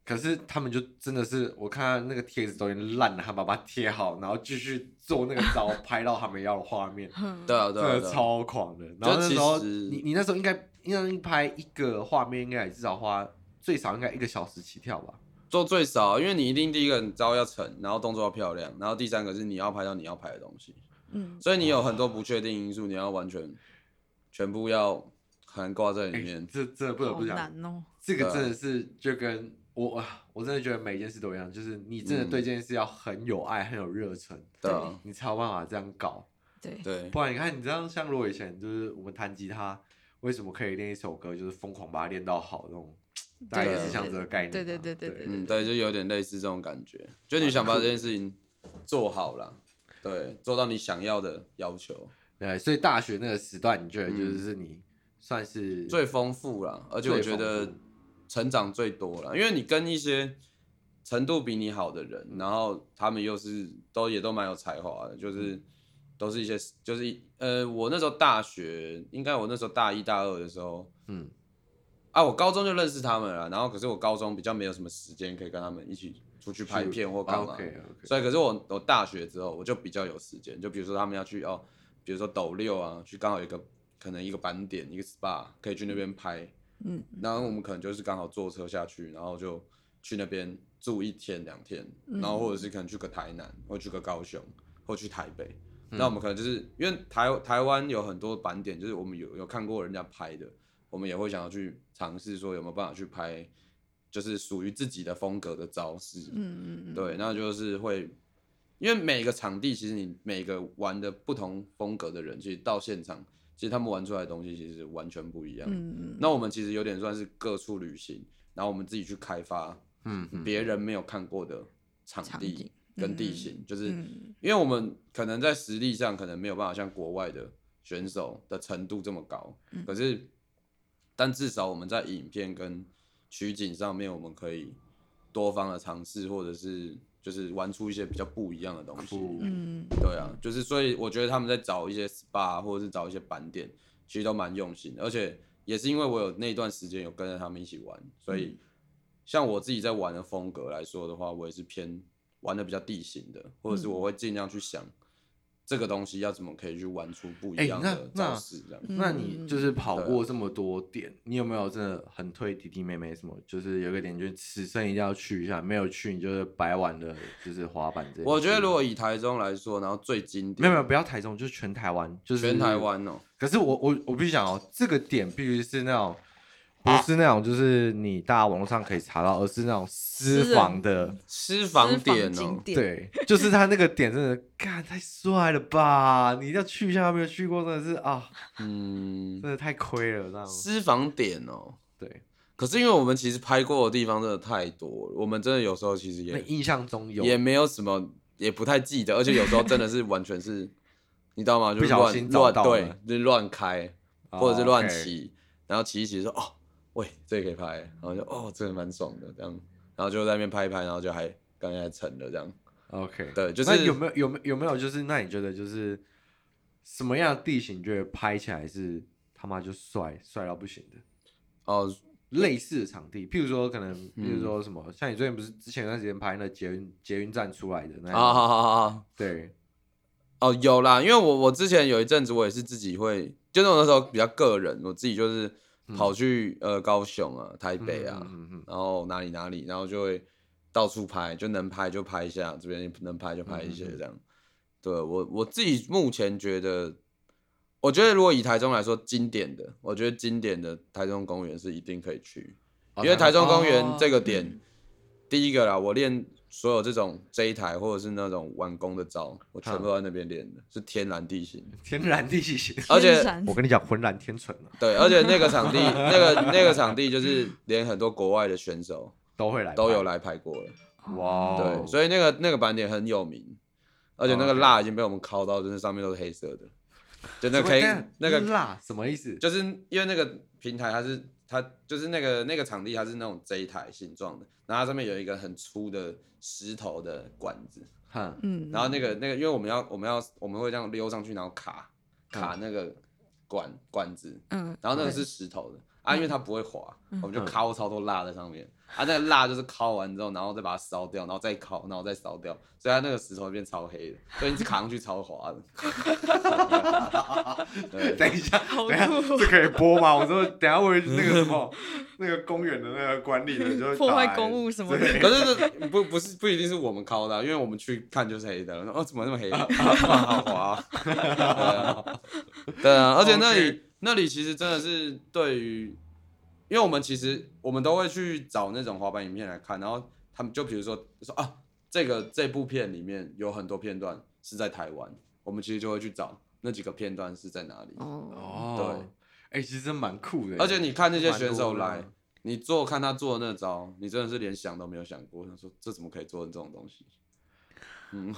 Speaker 2: 可是他们就真的是我看他那个贴纸都已经烂了，他把它贴好，然后继续做那个招拍到他们要的画面，
Speaker 3: [LAUGHS]
Speaker 4: 嗯
Speaker 3: 对啊
Speaker 2: 真
Speaker 3: 对啊
Speaker 2: 的
Speaker 3: 对啊
Speaker 2: 超狂的。然后那时候
Speaker 3: 其实
Speaker 2: 你你那时候应该应该拍一个画面应该也至少花最少应该一个小时起跳吧。
Speaker 3: 做最少，因为你一定第一个你招要成，然后动作要漂亮，然后第三个是你要拍到你要拍的东西，
Speaker 4: 嗯，
Speaker 3: 所以你有很多不确定因素，你要完全全部要涵挂在里
Speaker 2: 哎
Speaker 3: 面。
Speaker 2: 这真的不得
Speaker 4: 好
Speaker 2: 不讲，
Speaker 4: 难哦。
Speaker 2: 这
Speaker 3: 对
Speaker 2: 个
Speaker 3: 啊
Speaker 2: 真的是就跟我啊，我真的觉得每一件事都一样，就是你真的
Speaker 3: 嗯
Speaker 2: 对这件事要很有爱、很有热忱，
Speaker 3: 对啊
Speaker 2: 你才有办法这样搞。
Speaker 4: 对，
Speaker 3: 对，
Speaker 2: 不然你看，你这样像我以前就是我们弹吉他，为什么可以练一首歌，就是疯狂把它练到好那种，大概也是像这个概念吧。啊
Speaker 4: 对对对对对
Speaker 2: 对
Speaker 3: 嗯，对，就有点类似这种感觉，就你想把这件事情做好了，对，做到你想要的要求，
Speaker 2: 对，所以大学那个时段，你觉得就是你算是
Speaker 3: 嗯最丰富啦，而且我觉
Speaker 2: 最丰
Speaker 3: 得
Speaker 2: 富
Speaker 3: 成长最多啦，因为你跟一些程度比你好的人，然后他们又是都也都蛮有才华的，就是
Speaker 2: 嗯
Speaker 3: 都是一些就是一呃，我那时候大学，应该我那时候大一大二的时候，
Speaker 2: 嗯
Speaker 3: 啊，我高中就认识他们了，然后可是我高中比较没有什么时间可以跟他们一起出去拍片或干嘛，
Speaker 2: OK OK，
Speaker 3: 所以可是我我大学之后我就比较有时间，就比如说他们要去哦，比如说斗六啊，去刚好有一个可能一个板点一个 SPA 可以去那边拍，
Speaker 4: 嗯，
Speaker 3: 然后我们可能就是刚好坐车下去，然后就去那边住一天两天，然后或者是可能去个台南，或去个高雄，或去台北。那我们可能就是因为台台湾有很多板点，就是我们有有看过人家拍的，我们也会想要去尝试说有没有办法去拍，就是属于自己的风格的招式。
Speaker 4: 嗯嗯嗯，
Speaker 3: 对，那就是会，因为每个场地其实你每个玩的不同风格的人，其实到现场，其实他们玩出来的东西其实完全不一样。
Speaker 4: 嗯嗯
Speaker 3: 那我们其实有点算是各处旅行，然后我们自己去开发
Speaker 2: 嗯嗯，
Speaker 3: 别人没有看过的场
Speaker 4: 场
Speaker 3: 地
Speaker 4: 景
Speaker 3: 跟地
Speaker 4: 嗯
Speaker 3: 形，就是
Speaker 4: 嗯
Speaker 3: 因为我们可能在实力上可能没有办法像国外的选手的程度这么高，可是但至少我们在影片跟取景上面，我们可以多方的尝试，或者是就是玩出一些比较不一样的东西。
Speaker 2: 不，
Speaker 4: 嗯，
Speaker 3: 对啊，就是所以我觉得他们在找一些 SPA 或者是找一些板点，其实都蛮用心的，而且也是因为我有那一段时间有跟着他们一起玩，所以
Speaker 2: 嗯
Speaker 3: 像我自己在玩的风格来说的话，我也是偏玩的比较地形的，或
Speaker 2: 嗯
Speaker 3: 者是我会尽量去想这个东西要怎么可以去玩出不
Speaker 2: 哎
Speaker 3: 一样
Speaker 2: 那
Speaker 3: 的
Speaker 2: 那嗯
Speaker 3: 招式这样。
Speaker 4: 嗯
Speaker 2: 那你就是跑
Speaker 3: 对啊
Speaker 2: 过这么多点，你有没有真的很推弟弟妹妹什么？就是有一个点，就是此生一定要去一下，没有去你就是白玩的，就是滑板这件事。
Speaker 3: 我觉得如果以台中来说，然后最经典，
Speaker 2: 没有没有，不要台中，就是全台湾，就是
Speaker 3: 全台。湾哦、
Speaker 2: 可是我我我必须讲哦，这个点必须是那种，不是那种就是你大家网络上可以查到，而是那种私
Speaker 4: 私
Speaker 2: 房的，
Speaker 3: 私
Speaker 4: 私
Speaker 3: 房
Speaker 4: 房
Speaker 3: 点哦、
Speaker 4: 景点，
Speaker 2: 对，就是他那个点真的，干太帅了吧！你一定要去一下，没有去过真的是啊，
Speaker 3: 嗯
Speaker 2: 真，的太亏了，这样
Speaker 3: 私房点哦、
Speaker 2: 对。
Speaker 3: 可是因为我们其实拍过的地方真的太多了，我们真的有时候其实
Speaker 2: 那
Speaker 3: 也
Speaker 2: 印象中有
Speaker 3: 也没有什么，也不太记得，而且有时候真的是完全是，你知道吗？就是
Speaker 2: 不小
Speaker 3: 乱
Speaker 2: 心找
Speaker 3: 乱
Speaker 2: 到
Speaker 3: 对
Speaker 2: 了，
Speaker 3: 就是乱开
Speaker 2: 哦
Speaker 3: 或者是乱
Speaker 2: OK
Speaker 3: 骑，然后骑一骑说哦，喂，这个可以拍，然后就哦，这个蛮爽的这样，然后就在那边拍一拍，然后就还刚才还成了这样，
Speaker 2: OK，
Speaker 3: 对就是
Speaker 2: 那有没有有没有有没有就是那你觉得就是什么样的地形，你觉得拍起来是他妈就帅帅到不行的？
Speaker 3: 哦，
Speaker 2: 类似的场地，譬如说可能，
Speaker 3: 嗯
Speaker 2: 譬如说什么，像你最近不是之前一段时间拍那捷运捷运站出来的那一
Speaker 3: 啊
Speaker 2: 个
Speaker 3: 好好好好。
Speaker 2: 对，
Speaker 3: 哦，有啦，因为我我之前有一阵子我也是自己会，就是我那时候比较个人，我自己就是跑去、呃高雄啊、台北啊，
Speaker 2: 嗯嗯嗯嗯
Speaker 3: 然后哪里哪里，然后就会到处拍，就能拍就拍一下，这边能拍就拍一
Speaker 2: 嗯
Speaker 3: 些
Speaker 2: 嗯嗯
Speaker 3: 这样。对我我自己目前觉得，我觉得如果以台中来说，经典的，我觉得经典的台中公园是一定可以去，
Speaker 2: 哦
Speaker 3: 因为台中公园
Speaker 2: 哦
Speaker 3: 这个点，第一个啦，我练所有这种 J 台或者是那种弯弓的招，我全部都在那边练的，是天然地形，
Speaker 2: 天然地
Speaker 3: [LAUGHS]
Speaker 2: 形，
Speaker 3: 而且
Speaker 4: 天山
Speaker 2: 我跟你讲，浑然天成啊，
Speaker 3: 对，而且那个
Speaker 2: [LAUGHS]
Speaker 3: 场地，那个那个场地就是连很多国外的选手
Speaker 2: 都会来，
Speaker 3: 都有，来拍过了，
Speaker 2: 哇哦，
Speaker 3: 对，所以那个那个板点很有名，而且那个蜡已经被我们敲到，就是上面都是黑色的，就那
Speaker 2: 什么
Speaker 3: 个
Speaker 2: 等
Speaker 3: 黑
Speaker 2: 一下
Speaker 3: 那个
Speaker 2: 辣什么意思？
Speaker 3: 就是因为那个平台它是它就是那个那个场地它是那种 J 台形状的，然后它上面有一个很粗的石头的管子，
Speaker 2: 哼，
Speaker 4: 嗯，
Speaker 3: 然后那个那个因为我们要我们要我们会这样溜上去，然后卡
Speaker 2: 嗯
Speaker 3: 卡那个管管子，
Speaker 4: 嗯，
Speaker 3: 然后那个是石头的啊，因为它不会滑，我们就
Speaker 2: 嗯
Speaker 3: 敲超多蜡在上面啊，那个蜡就是敲完之后，然后再把它烧掉，然后再烤，然后再烧掉，所以它那个石头变超黑的，所以你卡上去超滑的。对，
Speaker 2: 等一下，
Speaker 4: 呃好
Speaker 2: 等一下，
Speaker 4: 酷
Speaker 2: 这可以播吗？我说等一下为那个什么 [LAUGHS] 那个公园的那个管理的就会
Speaker 4: [LAUGHS] 破坏
Speaker 2: 打来
Speaker 4: 公物什么的
Speaker 2: 对
Speaker 3: 可是这不不是不一定是我们敲的啊、因为我们去看就是黑的，说哦怎么那么黑，好滑 [LAUGHS] 啊、对啊，对啊，而且那里
Speaker 2: OK
Speaker 3: 那里其实真的是对于，因为我们其实我们都会去找那种滑板影片来看，然后他们就比如说说啊这个这部片里面有很多片段是在台湾，我们其实就会去找那几个片段是在哪里，
Speaker 4: 哦，
Speaker 2: 哦，对，哎，其实真蛮酷的耶，
Speaker 3: 而且你看那些选手
Speaker 2: 蛮
Speaker 3: 来
Speaker 2: 多的。
Speaker 3: 你做看他做的那招，你真的是连想都没有想过，他说这怎么可以做成这种东西？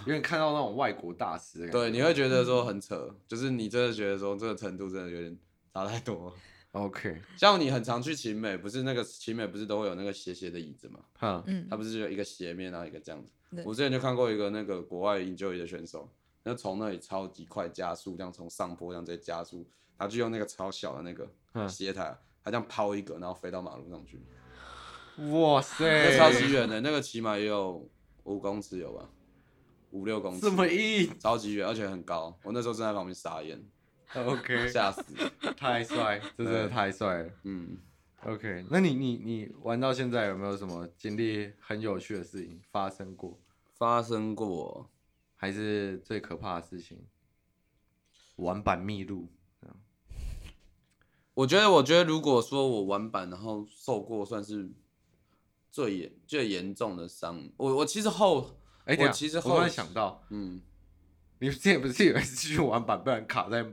Speaker 2: 有点看到那种外国大师的感觉，
Speaker 3: 对，你会觉得说很扯，就是你真的觉得说这个程度真的有点差太多了。
Speaker 2: OK，
Speaker 3: 像你很常去秦美，不是那个秦美不是都会有那个斜斜的椅子嘛？
Speaker 2: 哼，
Speaker 4: 嗯
Speaker 3: 它，不是就有一个斜面，然后一个这样子
Speaker 4: 对。
Speaker 3: 我之前就看过一个那个国外 enjoy 的选手，那从那里超级快加速，这样从上坡这样直接加速，他就用那个超小的那个
Speaker 2: 嗯
Speaker 3: 斜台，他这样抛一个，然后飞到马路上去，
Speaker 2: 哇塞，
Speaker 3: 那超级远的，那个起码也有五公尺有吧，五六公尺
Speaker 2: 这，么硬
Speaker 3: 超级远，而且很高。我那时候正在旁边傻眼，
Speaker 2: ，OK， [LAUGHS]
Speaker 3: 吓死。
Speaker 2: 太帅，这真的太帅了。
Speaker 3: 嗯，
Speaker 2: OK，那你你你玩到现在有没有什么经历很有趣的事情发生过，
Speaker 3: 发生过，
Speaker 2: 还是最可怕的事情？玩板秘录，
Speaker 3: 我觉得，我觉得如果说我玩板然后受过算是最严最严重的伤，我我其实后，
Speaker 2: 哎、
Speaker 3: 我
Speaker 2: 等一下
Speaker 3: 其实
Speaker 2: 我
Speaker 3: 后
Speaker 2: 突然想到，
Speaker 3: 嗯，
Speaker 2: 你之前不是有一次去玩板，不然卡在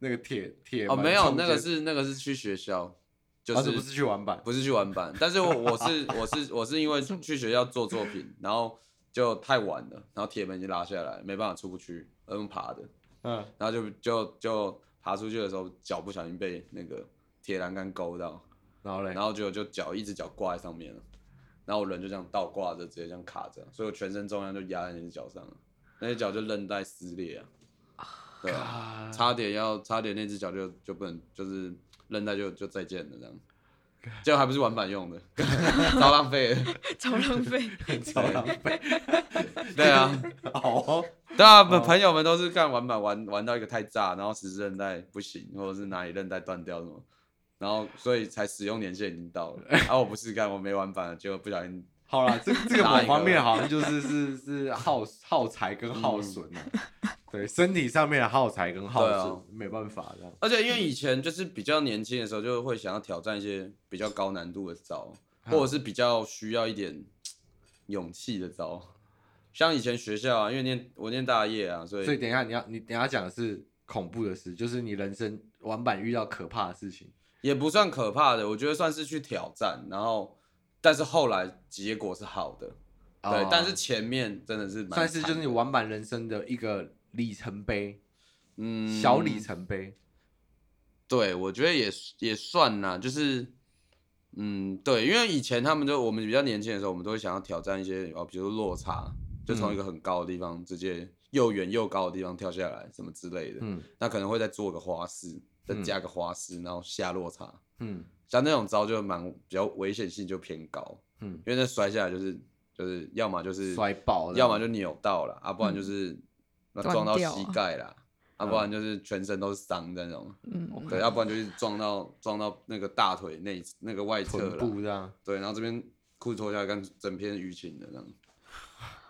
Speaker 2: 那个铁铁
Speaker 3: 哦
Speaker 2: 门
Speaker 3: 没有，
Speaker 2: 中
Speaker 3: 那个
Speaker 2: 间，
Speaker 3: 是那个是去学校，就
Speaker 2: 啊
Speaker 3: 是
Speaker 2: 这不是去玩板？
Speaker 3: [LAUGHS] 不是去玩板，但是我我是 [LAUGHS] 我是我是因为去学校做作品，然后就太晚了，然后铁门已经拉下来，没办法出不去，我用爬的，
Speaker 2: 嗯，
Speaker 3: 然后就就就爬出去的时候，脚不小心被那个铁栏杆勾到，
Speaker 2: 然后嘞， [LAUGHS]
Speaker 3: 然后就就脚一只脚挂在上面了，然后我人就这样倒挂着，直接这样卡着，所以我全身重量就压在那只脚上了，那只脚就韧带撕裂啊，对啊，差点要差点那只脚就就不能就是韧带就就再见了这样。结果还不是玩板用的，超浪费的。
Speaker 4: 超浪 [LAUGHS] 费。
Speaker 2: 超浪费。
Speaker 3: 对啊，
Speaker 2: [LAUGHS] 好哦，
Speaker 3: 对啊，朋朋友们都是干玩板玩玩到一个太炸，然后十字韧带不行，或者是哪里韧带断掉什么，然后所以才使用年限已经到了。啊，我不是干，我没玩板，结果不小心
Speaker 2: 好
Speaker 3: [LAUGHS]
Speaker 2: 啦，这这个
Speaker 3: 打
Speaker 2: 某
Speaker 3: 一个
Speaker 2: 方面好像就是是是耗耗材跟耗损啊，对身体上面的耗材跟耗
Speaker 3: 嗯对啊
Speaker 2: 损，没办法这样。
Speaker 3: 而且因为以前就是比较年轻的时候，就会想要挑战一些比较高难度的招，
Speaker 2: 嗯
Speaker 3: 或者是比较需要一点勇气的招。像以前学校啊，因为念我念大夜啊，所以
Speaker 2: 所以等一下你要你等一下讲的是恐怖的事，就是你人生玩板遇到可怕的事情。
Speaker 3: 也不算可怕的，我觉得算是去挑战。然后，但是后来结果是好的，对
Speaker 2: 哦。
Speaker 3: 但是前面真的是蛮
Speaker 2: 算是
Speaker 3: 惨
Speaker 2: 就是
Speaker 3: 的
Speaker 2: 你玩板人生的一个里程碑，
Speaker 3: 嗯
Speaker 2: 小里程碑。
Speaker 3: 对，我觉得也也算啦，就是，嗯，对，因为以前他们就我们比较年轻的时候，我们都会想要挑战一些哦，比如说落差，就
Speaker 2: 嗯
Speaker 3: 从一个很高的地方直接又远又高的地方跳下来，什么之类的。
Speaker 2: 嗯
Speaker 3: 那可能会再做个花式，再
Speaker 2: 嗯
Speaker 3: 加个花式，然后下落差。
Speaker 2: 嗯
Speaker 3: 像那种招就蛮比较危险性就偏高，
Speaker 2: 嗯，
Speaker 3: 因为那摔下来就是就是要么就是
Speaker 2: 摔爆嗯的
Speaker 3: 要么就扭到了，啊，不然就是那
Speaker 4: 断
Speaker 3: 撞到
Speaker 4: 掉
Speaker 3: 膝
Speaker 4: 啊
Speaker 3: 盖啦，啊，
Speaker 2: 嗯
Speaker 3: 不然就是全身都是伤的那种。
Speaker 4: 嗯，
Speaker 3: 对，要啊不然就是撞到撞到那个大腿内那个外侧
Speaker 2: 臀
Speaker 3: 了，
Speaker 2: 部这样。
Speaker 3: 对，然后这边裤子脱下来，干整片淤青的这样，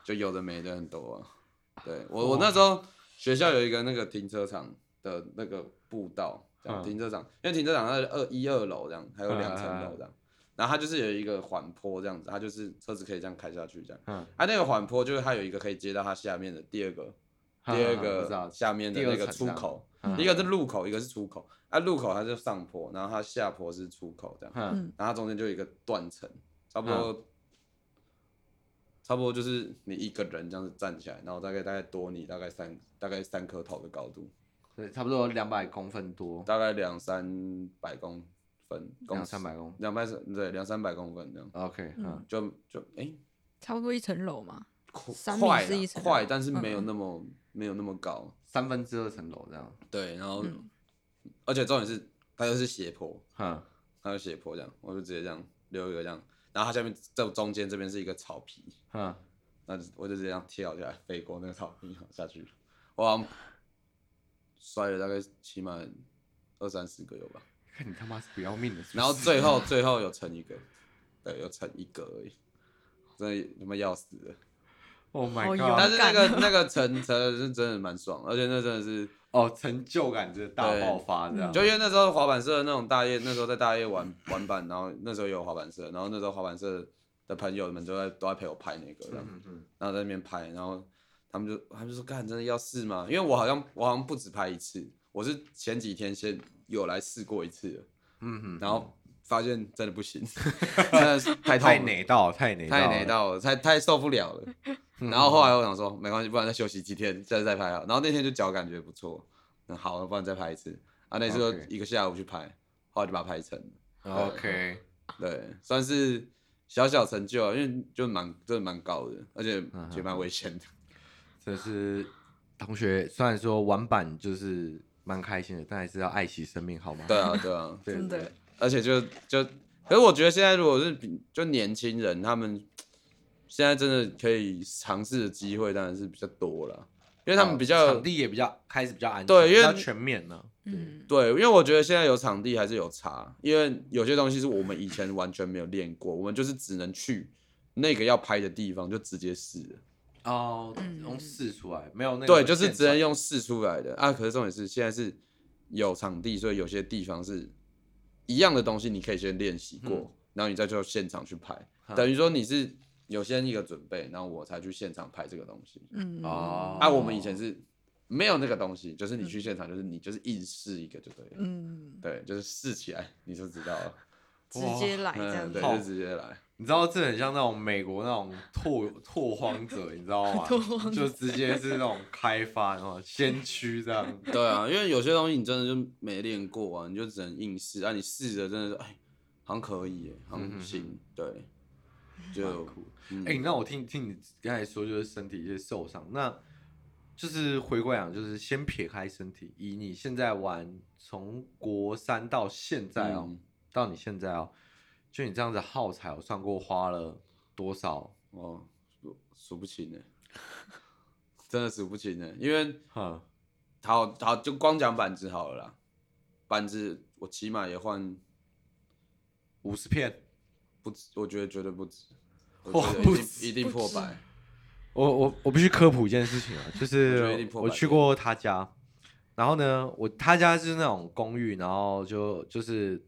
Speaker 3: 就有的没的很多啊。对我我那时候学校有一个那个停车场的那个步道，这样
Speaker 2: 嗯
Speaker 3: 停车场，因为停车场在二一二楼这样，还有两层
Speaker 2: 嗯
Speaker 3: 楼这样，然后它就是有一个缓坡这样子，它就是车子可以这样开下去这样，
Speaker 2: 嗯，
Speaker 3: 它那个缓坡就是它有一个可以接到它下面的第二个
Speaker 2: 嗯
Speaker 3: 第二
Speaker 2: 嗯我知道
Speaker 3: 个下面的
Speaker 2: 第二
Speaker 3: 那个
Speaker 2: 层
Speaker 3: 出
Speaker 2: 这样
Speaker 3: 口
Speaker 2: 嗯，
Speaker 3: 一个是入口，一个是出口。啊，入口它就上坡，然后它下坡是出口这样，
Speaker 2: 嗯
Speaker 3: 然后它中间就有一个断层，差不多，差不多就是你一个人这样子站起来，然后大概大概多你大概三大概三颗头的高度，
Speaker 2: 对，差不多两百公分多，
Speaker 3: 大概两三百公分，公
Speaker 2: 两三百公。
Speaker 3: 两百对两三百公分这样，
Speaker 2: OK，嗯，
Speaker 3: 就就哎、
Speaker 4: 差不多一层楼嘛。三米
Speaker 3: 快
Speaker 4: 是一
Speaker 3: 啦
Speaker 4: 层楼
Speaker 3: 快，但是
Speaker 4: 嗯
Speaker 3: 没有
Speaker 4: 嗯
Speaker 3: 那么、没有那么高，
Speaker 2: 三分之二层楼这样。
Speaker 3: 对，然后、
Speaker 4: 嗯
Speaker 3: 而且重点是它又是斜坡，
Speaker 2: 嗯，
Speaker 3: 它有斜坡这样，我就直接这样溜一个这样，然后它下面这中间这边是一个草皮，
Speaker 2: 嗯，
Speaker 3: 那就我就直接这样跳下来飞过那个草皮下去，我好像摔了大概起码二三十个有吧，
Speaker 2: 看你他妈是不要命的。 [LAUGHS]
Speaker 3: 然后最后最后有成一个，对，有成一个而已，真的他妈要死了。
Speaker 2: ，Oh
Speaker 4: 好
Speaker 2: my
Speaker 4: 勇
Speaker 2: god，
Speaker 3: 但是那个
Speaker 4: 敢哦
Speaker 3: 那个成成的是真的蛮爽，而且那真的是
Speaker 2: 哦，成就感就是大爆发这样。
Speaker 3: 就因为那时候滑板社那种大夜，那时候在大夜玩玩板，然后那时候有滑板社，然后那时候滑板社的朋友们都在都在陪我拍那个，这样
Speaker 2: 嗯嗯
Speaker 3: 然后在那边拍，然后他们就他们就说干真的要试吗？因为我好像我好像不止拍一次，我是前几天先有来试过一次了，
Speaker 2: 嗯
Speaker 3: 然后发现真的不 [LAUGHS] 行，真的是太
Speaker 2: 嗯，
Speaker 3: 痛
Speaker 2: 太
Speaker 3: 了。
Speaker 2: 奶到，太奶，
Speaker 3: 太雷。到了，太太受不了了。然后
Speaker 2: 嗯
Speaker 3: 后来我想说，没关系，不然再休息几天，下次再拍好。然后那天就脚感觉不错，那好，不然再拍一次。啊，那次就
Speaker 2: OK
Speaker 3: 一个下午去拍，后来就把它拍成了，
Speaker 2: 嗯 OK，
Speaker 3: 对，算是小小成就啊，因为就蛮真的蛮高的，而且
Speaker 2: 嗯
Speaker 3: 也蛮危险的。
Speaker 2: 这是同学，虽然说玩板就是蛮开心的，但还是要爱惜生命，好吗？
Speaker 3: 对啊，对啊，
Speaker 2: [LAUGHS] 对，
Speaker 4: 真的
Speaker 2: 对
Speaker 3: 而且就就，可是我觉得现在如果是比就年轻人，他们现在真的可以尝试的机会当然是比较多了，因为他
Speaker 2: 哦
Speaker 3: 们比较、
Speaker 2: 场地也比较开始比较安全，
Speaker 3: 对因为
Speaker 2: 比较全面呢。
Speaker 4: 嗯，
Speaker 3: 对，因为我觉得现在有场地还是有差，因为有些东西是我们以前完全没有练过，我们就是只能去那个要拍的地方就直接试了。
Speaker 2: 哦，
Speaker 4: 嗯
Speaker 2: 用试出来没有那个
Speaker 3: 对，就是只
Speaker 2: 现
Speaker 3: 能
Speaker 2: 场
Speaker 3: 用试出来的啊。可是重点是现在是有场地，所以有些地方是一样的东西，你可以先练习过，然后你再就现场去拍，
Speaker 2: 嗯
Speaker 3: 等于说你是有先一个准备，然后我才去现场拍这个东西。
Speaker 4: 嗯，
Speaker 2: 哦。嗯
Speaker 3: 啊，我们以前是没有那个东西，就是你去现场，就是你就是硬试一个就对了，
Speaker 4: 嗯，
Speaker 3: 对，就是试起来你就知道了。
Speaker 4: 直接来这样子
Speaker 3: 嗯，对，。
Speaker 2: 好
Speaker 3: 就直接来。 [LAUGHS]
Speaker 2: 你知道这很像那种美国那种拓拓荒者，你知道吗？
Speaker 4: [LAUGHS] 拓荒者
Speaker 2: 就直接是那种开发，然后先驱这样。
Speaker 3: 对啊，因为有些东西你真的就没练过啊，你嗯就只能硬试啊。你试着真的是，哎，好像可以耶，好像行。对，就
Speaker 2: 酷的。
Speaker 3: 嗯
Speaker 2: 哎、那我听听你刚才说，就是身体一些受伤，那就是回过来讲，就是先撇开身体，以你现在玩从国三到现在哦，
Speaker 3: 嗯
Speaker 2: 到你现在哦，就你这样子耗材，我算过花了多少？
Speaker 3: 哦，数数不清呢，真的数不清呢，因为
Speaker 2: 哼，
Speaker 3: 好好就光讲板子好了啦，板子我起码也换
Speaker 2: 五十片，
Speaker 3: 不止，我觉得绝对不止，我
Speaker 2: 哇
Speaker 3: 觉得
Speaker 2: 不
Speaker 3: 一定
Speaker 2: 止
Speaker 3: 一定
Speaker 4: 不
Speaker 3: 破
Speaker 4: 止
Speaker 3: 百，
Speaker 2: 我我我必须科普一件事情啊，就
Speaker 3: 我觉得一定
Speaker 2: 是
Speaker 3: 破百
Speaker 2: 我去过他家，然后呢，我他家是那种公寓，然后就就是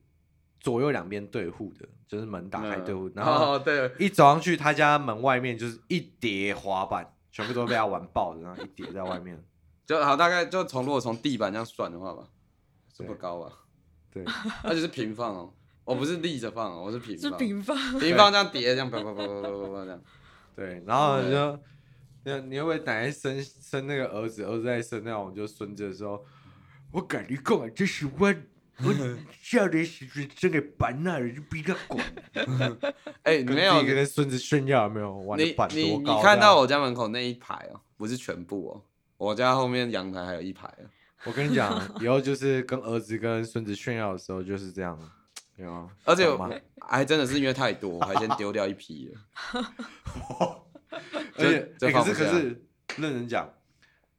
Speaker 2: 左右两边对户的，就是门打开对户，
Speaker 3: 嗯 [LAUGHS]
Speaker 2: 然后
Speaker 3: 哦对，
Speaker 2: 一走上去，他家门外面就是一叠滑板，全部都被他玩爆的，然后一叠在外面。
Speaker 3: 就好大概就从如果从地板这样算的话吧，这么
Speaker 2: 对
Speaker 3: 高吧，
Speaker 2: [LAUGHS] 对，
Speaker 3: 而且是平放哦，我不是立着放哦，我是平
Speaker 4: 是
Speaker 3: 放，
Speaker 4: 比方，
Speaker 3: 平放这样叠这样啪啪啪啪啪啪啪
Speaker 2: [LAUGHS]
Speaker 3: 这样，
Speaker 2: 对，然后你
Speaker 3: 对
Speaker 2: 就，那你会不会奶奶生生那个儿子，儿子在生那种就孙子的时候，我感觉够了，这是我 [LAUGHS] 我少年时期生给班纳的，就比他 [LAUGHS] 管。
Speaker 3: 哎没有
Speaker 2: 跟自己跟孙子炫耀有没有玩的
Speaker 3: 你
Speaker 2: 板
Speaker 3: 你
Speaker 2: 多
Speaker 3: 你
Speaker 2: 高？
Speaker 3: 看到？我家门口那一排哦，不是全部哦，我家后面阳台还有一排哦。
Speaker 2: 我跟你讲，
Speaker 3: [LAUGHS]
Speaker 2: 以后就是跟儿子跟孙子炫耀的时候就是这样，有吗？
Speaker 3: 而且
Speaker 2: 懂吗
Speaker 3: 我还真的是因为太多，我还先丢掉一
Speaker 2: [LAUGHS]
Speaker 3: 批了。
Speaker 2: 而且、
Speaker 3: 这
Speaker 2: 欸
Speaker 3: 放
Speaker 2: 可是
Speaker 3: 不
Speaker 2: 可
Speaker 3: 下
Speaker 2: 是认真讲，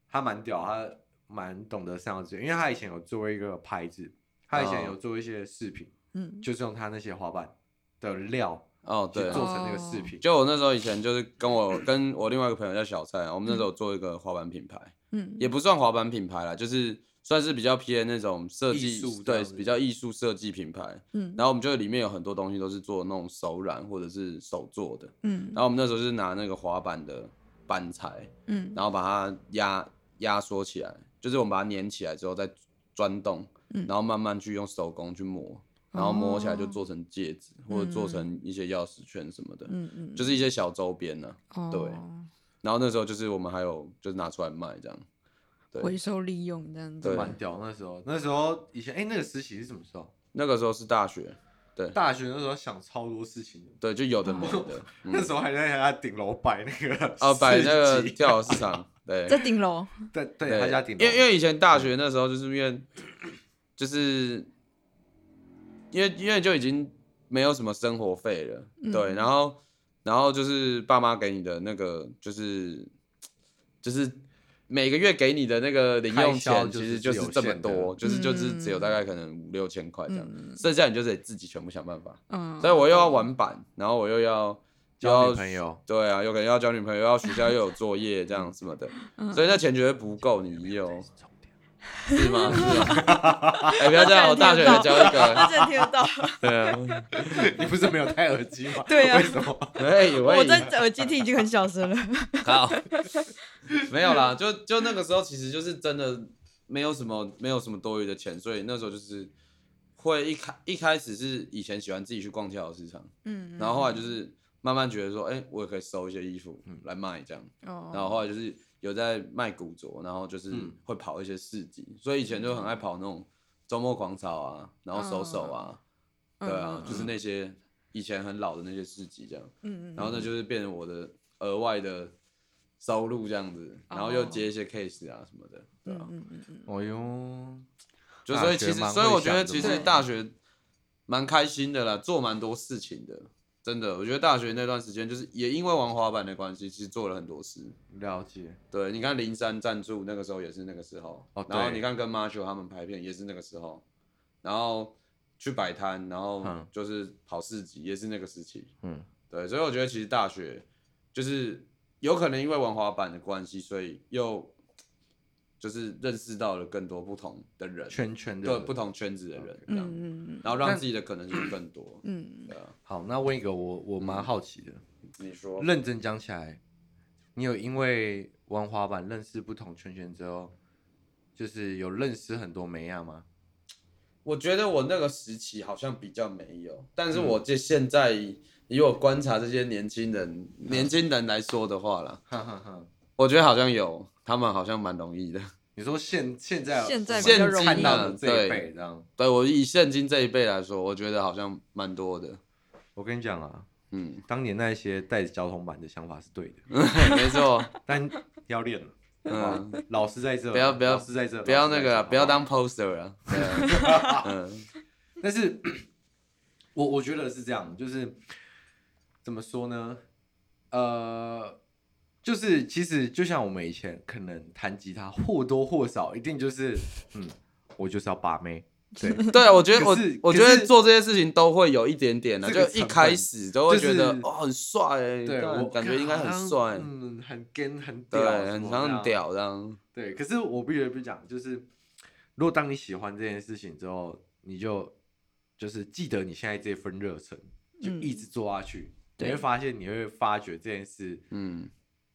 Speaker 2: 他蛮屌，他蛮懂得上自己，因为他以前有做一个牌子，他以前
Speaker 3: 哦
Speaker 2: 有做一些饰品，
Speaker 4: 嗯，
Speaker 2: 就是用他那些滑板的料
Speaker 3: 哦，
Speaker 2: 去
Speaker 3: 对，哦
Speaker 2: 做成那个饰品。
Speaker 3: 就我那时候以前就是跟我跟我另外一个朋友叫小蔡啊，我们那时候做一个滑板品牌，
Speaker 4: 嗯，
Speaker 3: 也不算滑板品牌啦，就是算是比较偏那种设
Speaker 2: 艺
Speaker 3: 计
Speaker 2: 术，这
Speaker 3: 对
Speaker 2: 样，子
Speaker 3: 比较艺术设计品牌。
Speaker 4: 嗯
Speaker 3: 然后我们就里面有很多东西都是做那种手染或者是手做的，
Speaker 4: 嗯
Speaker 3: 然后我们那时候是拿那个滑板的板材，
Speaker 4: 嗯
Speaker 3: 然后把它压压缩起来，就是我们把它粘起来之后再钻洞，
Speaker 4: 嗯哦
Speaker 3: 然后慢慢去用手工去磨，然后磨起来就做成戒指、或者做成一些钥匙圈什么的，
Speaker 4: 嗯嗯，
Speaker 3: 就是一些小周边呢、
Speaker 4: 哦
Speaker 3: 对然后那时候就是我们还有就是拿出来卖这样，对
Speaker 4: 回收利用这样子，
Speaker 3: 对
Speaker 2: 蛮屌，那时候，那时候以前，哎、那个实习是什么时候？
Speaker 3: 那个时候是大学，
Speaker 2: 大学那时候想超多事情的，
Speaker 3: 对，就有的没
Speaker 4: 哦
Speaker 3: 的，
Speaker 2: 那时候还在他家顶楼摆那个
Speaker 3: 嗯
Speaker 2: [LAUGHS]
Speaker 3: 哦，摆
Speaker 4: [LAUGHS]
Speaker 3: 那个
Speaker 2: 市集
Speaker 3: 跳蚤市场，对，
Speaker 4: 在顶楼，
Speaker 2: 对对，他家顶楼，
Speaker 3: 因为因为以前大学那时候就是因为
Speaker 2: 嗯
Speaker 3: 就是因为因为就已经没有什么生活费了，
Speaker 4: 嗯
Speaker 3: 对，然后然后就是爸妈给你的那个就是就是每个月给你的那个零用
Speaker 2: 开销
Speaker 3: 钱，
Speaker 2: 就
Speaker 3: 其
Speaker 2: 是
Speaker 3: 实就是这么多，
Speaker 2: 有啊
Speaker 3: 就
Speaker 4: 限
Speaker 3: 是
Speaker 4: 的
Speaker 3: 就是
Speaker 4: 嗯
Speaker 3: 只有大概可能五六千块这样，
Speaker 4: 嗯
Speaker 3: 剩下你就得自己全部想办法。
Speaker 4: 嗯，
Speaker 3: 所以我又要玩板，然后我又要又
Speaker 2: 交
Speaker 3: 要
Speaker 2: 女朋友，
Speaker 3: 对啊，有可能要交女朋友，要暑假又有作业这样什
Speaker 4: [LAUGHS]
Speaker 3: 么的，
Speaker 4: 嗯
Speaker 3: 所以那钱绝对不够你用，是吗？ [LAUGHS] 是吗哎、不要这样，我大学也交一
Speaker 4: 他
Speaker 3: 个，
Speaker 4: 真的听得到，
Speaker 3: 对啊，
Speaker 2: 你不是没有戴耳机吗？
Speaker 4: 对啊
Speaker 2: 为什么？
Speaker 3: 哎、喂
Speaker 4: 我在耳机听已经很小声了，
Speaker 3: [LAUGHS]
Speaker 4: [LAUGHS]
Speaker 3: 好，没有啦，就就那个时候其实就是真的没有什么没有什么多余的钱，所以那时候就是会一开一开始是以前喜欢自己去逛跳蚤市场，
Speaker 4: 嗯，嗯
Speaker 3: 然后后来就是慢慢觉得说，哎、我也可以收一些衣服来卖这样。
Speaker 4: 哦，
Speaker 3: 然后后来就是有在卖古着，然后就是
Speaker 2: 嗯
Speaker 3: 会跑一些市集，所以以前就很爱跑那种周末广场啊，然后手手啊，
Speaker 4: 嗯
Speaker 3: 对啊，
Speaker 4: 嗯
Speaker 3: 就是那些以前很老的那些市集这样，
Speaker 4: 嗯嗯
Speaker 3: 然后那就是变成我的额外的收入这样子，然后又接一些 case 啊什么的，对啊，
Speaker 4: 哦嗯嗯嗯，
Speaker 2: 哦哟，
Speaker 3: 就
Speaker 2: 大
Speaker 3: 所以
Speaker 2: 学
Speaker 3: 其实
Speaker 2: 蛮
Speaker 3: 所以
Speaker 2: 会
Speaker 3: 我觉得
Speaker 2: 想的
Speaker 3: 其
Speaker 2: 嘛
Speaker 3: 实大学蛮开心的啦，做蛮多事情的。真的，我觉得大学那段时间，就是也因为玩滑板的关系，其实做了很多事。
Speaker 2: 了解。
Speaker 3: 对，你看零三赞助那个时候也是那个时候，
Speaker 2: 哦
Speaker 3: 然后
Speaker 2: 对
Speaker 3: 你看跟 Marshall 他们拍片也是那个时候，然后去摆摊，然后
Speaker 2: 嗯
Speaker 3: 就是跑市集也是那个时期，
Speaker 2: 嗯，
Speaker 3: 对，所以我觉得其实大学就是有可能因为玩滑板的关系，所以又就是认识到了更多不同的人，
Speaker 2: 圈圈的
Speaker 3: 对不同圈子的人，这样，
Speaker 4: 嗯嗯
Speaker 3: 然后让自己的可能性更多。
Speaker 4: 嗯，
Speaker 3: 对啊，
Speaker 2: 好，那问一个我我蛮好奇的，
Speaker 3: 你说，
Speaker 2: 认真讲起来，你有因为玩滑板认识不同圈圈之后，就是有认识很多美亚吗？
Speaker 3: 我觉得我那个时期好像比较没有，但
Speaker 2: 嗯
Speaker 3: 是我这现在以我观察这些年轻人，年轻人来说的话啦，
Speaker 2: 哈哈哈，
Speaker 3: 我觉得好像有，他们好像蛮容易的。
Speaker 2: 你说现现在
Speaker 4: 现在比
Speaker 3: 较
Speaker 2: 我们
Speaker 3: 容易
Speaker 2: 看到的这一
Speaker 3: 对
Speaker 2: 辈这样，
Speaker 3: 对我以现今这一辈来说，我觉得好像蛮多的。
Speaker 2: 我跟你讲啊， [LAUGHS]
Speaker 3: 嗯，
Speaker 2: 当年那些带着交通板的想法是对的，
Speaker 3: 没错，
Speaker 2: 但要练了。
Speaker 3: 嗯，
Speaker 2: 老师在这，
Speaker 3: 不要不要
Speaker 2: 老师在这，
Speaker 3: 不要那个
Speaker 2: 老
Speaker 3: 啦，
Speaker 2: 师在这
Speaker 3: 不要。
Speaker 2: 好
Speaker 3: 当 poster 啊。对啊
Speaker 2: [LAUGHS]
Speaker 3: 嗯
Speaker 2: 好但是， [CLEARS THROAT] 我我觉得是这样，就是怎么说呢？呃，就是其实就像我们以前可能弹吉他，或多或少一定就是，嗯，我就是要把妹，
Speaker 4: [LAUGHS]
Speaker 2: 对，
Speaker 3: 对啊，我觉得我
Speaker 2: 可是
Speaker 3: 我觉得
Speaker 2: 可是
Speaker 3: 做这些事情都会有一点点的，
Speaker 2: 这个
Speaker 3: 就一开始都会觉得
Speaker 2: 成本就是
Speaker 3: 哦很帅欸，
Speaker 2: 对
Speaker 3: 干
Speaker 2: 我
Speaker 3: 感觉应该很帅，
Speaker 2: 嗯，很跟很屌，
Speaker 3: 对，
Speaker 2: 什
Speaker 3: 很
Speaker 2: 么啊
Speaker 3: 常
Speaker 2: 这
Speaker 3: 很
Speaker 2: 样。
Speaker 3: 屌这样，
Speaker 2: 对，可是我必须不讲，就是如果当你喜欢这件事情之后，你就就是记得你现在这份热忱，就
Speaker 4: 嗯
Speaker 2: 一直做下去，你
Speaker 4: 对
Speaker 2: 会发现你会发觉这件事，
Speaker 3: 嗯，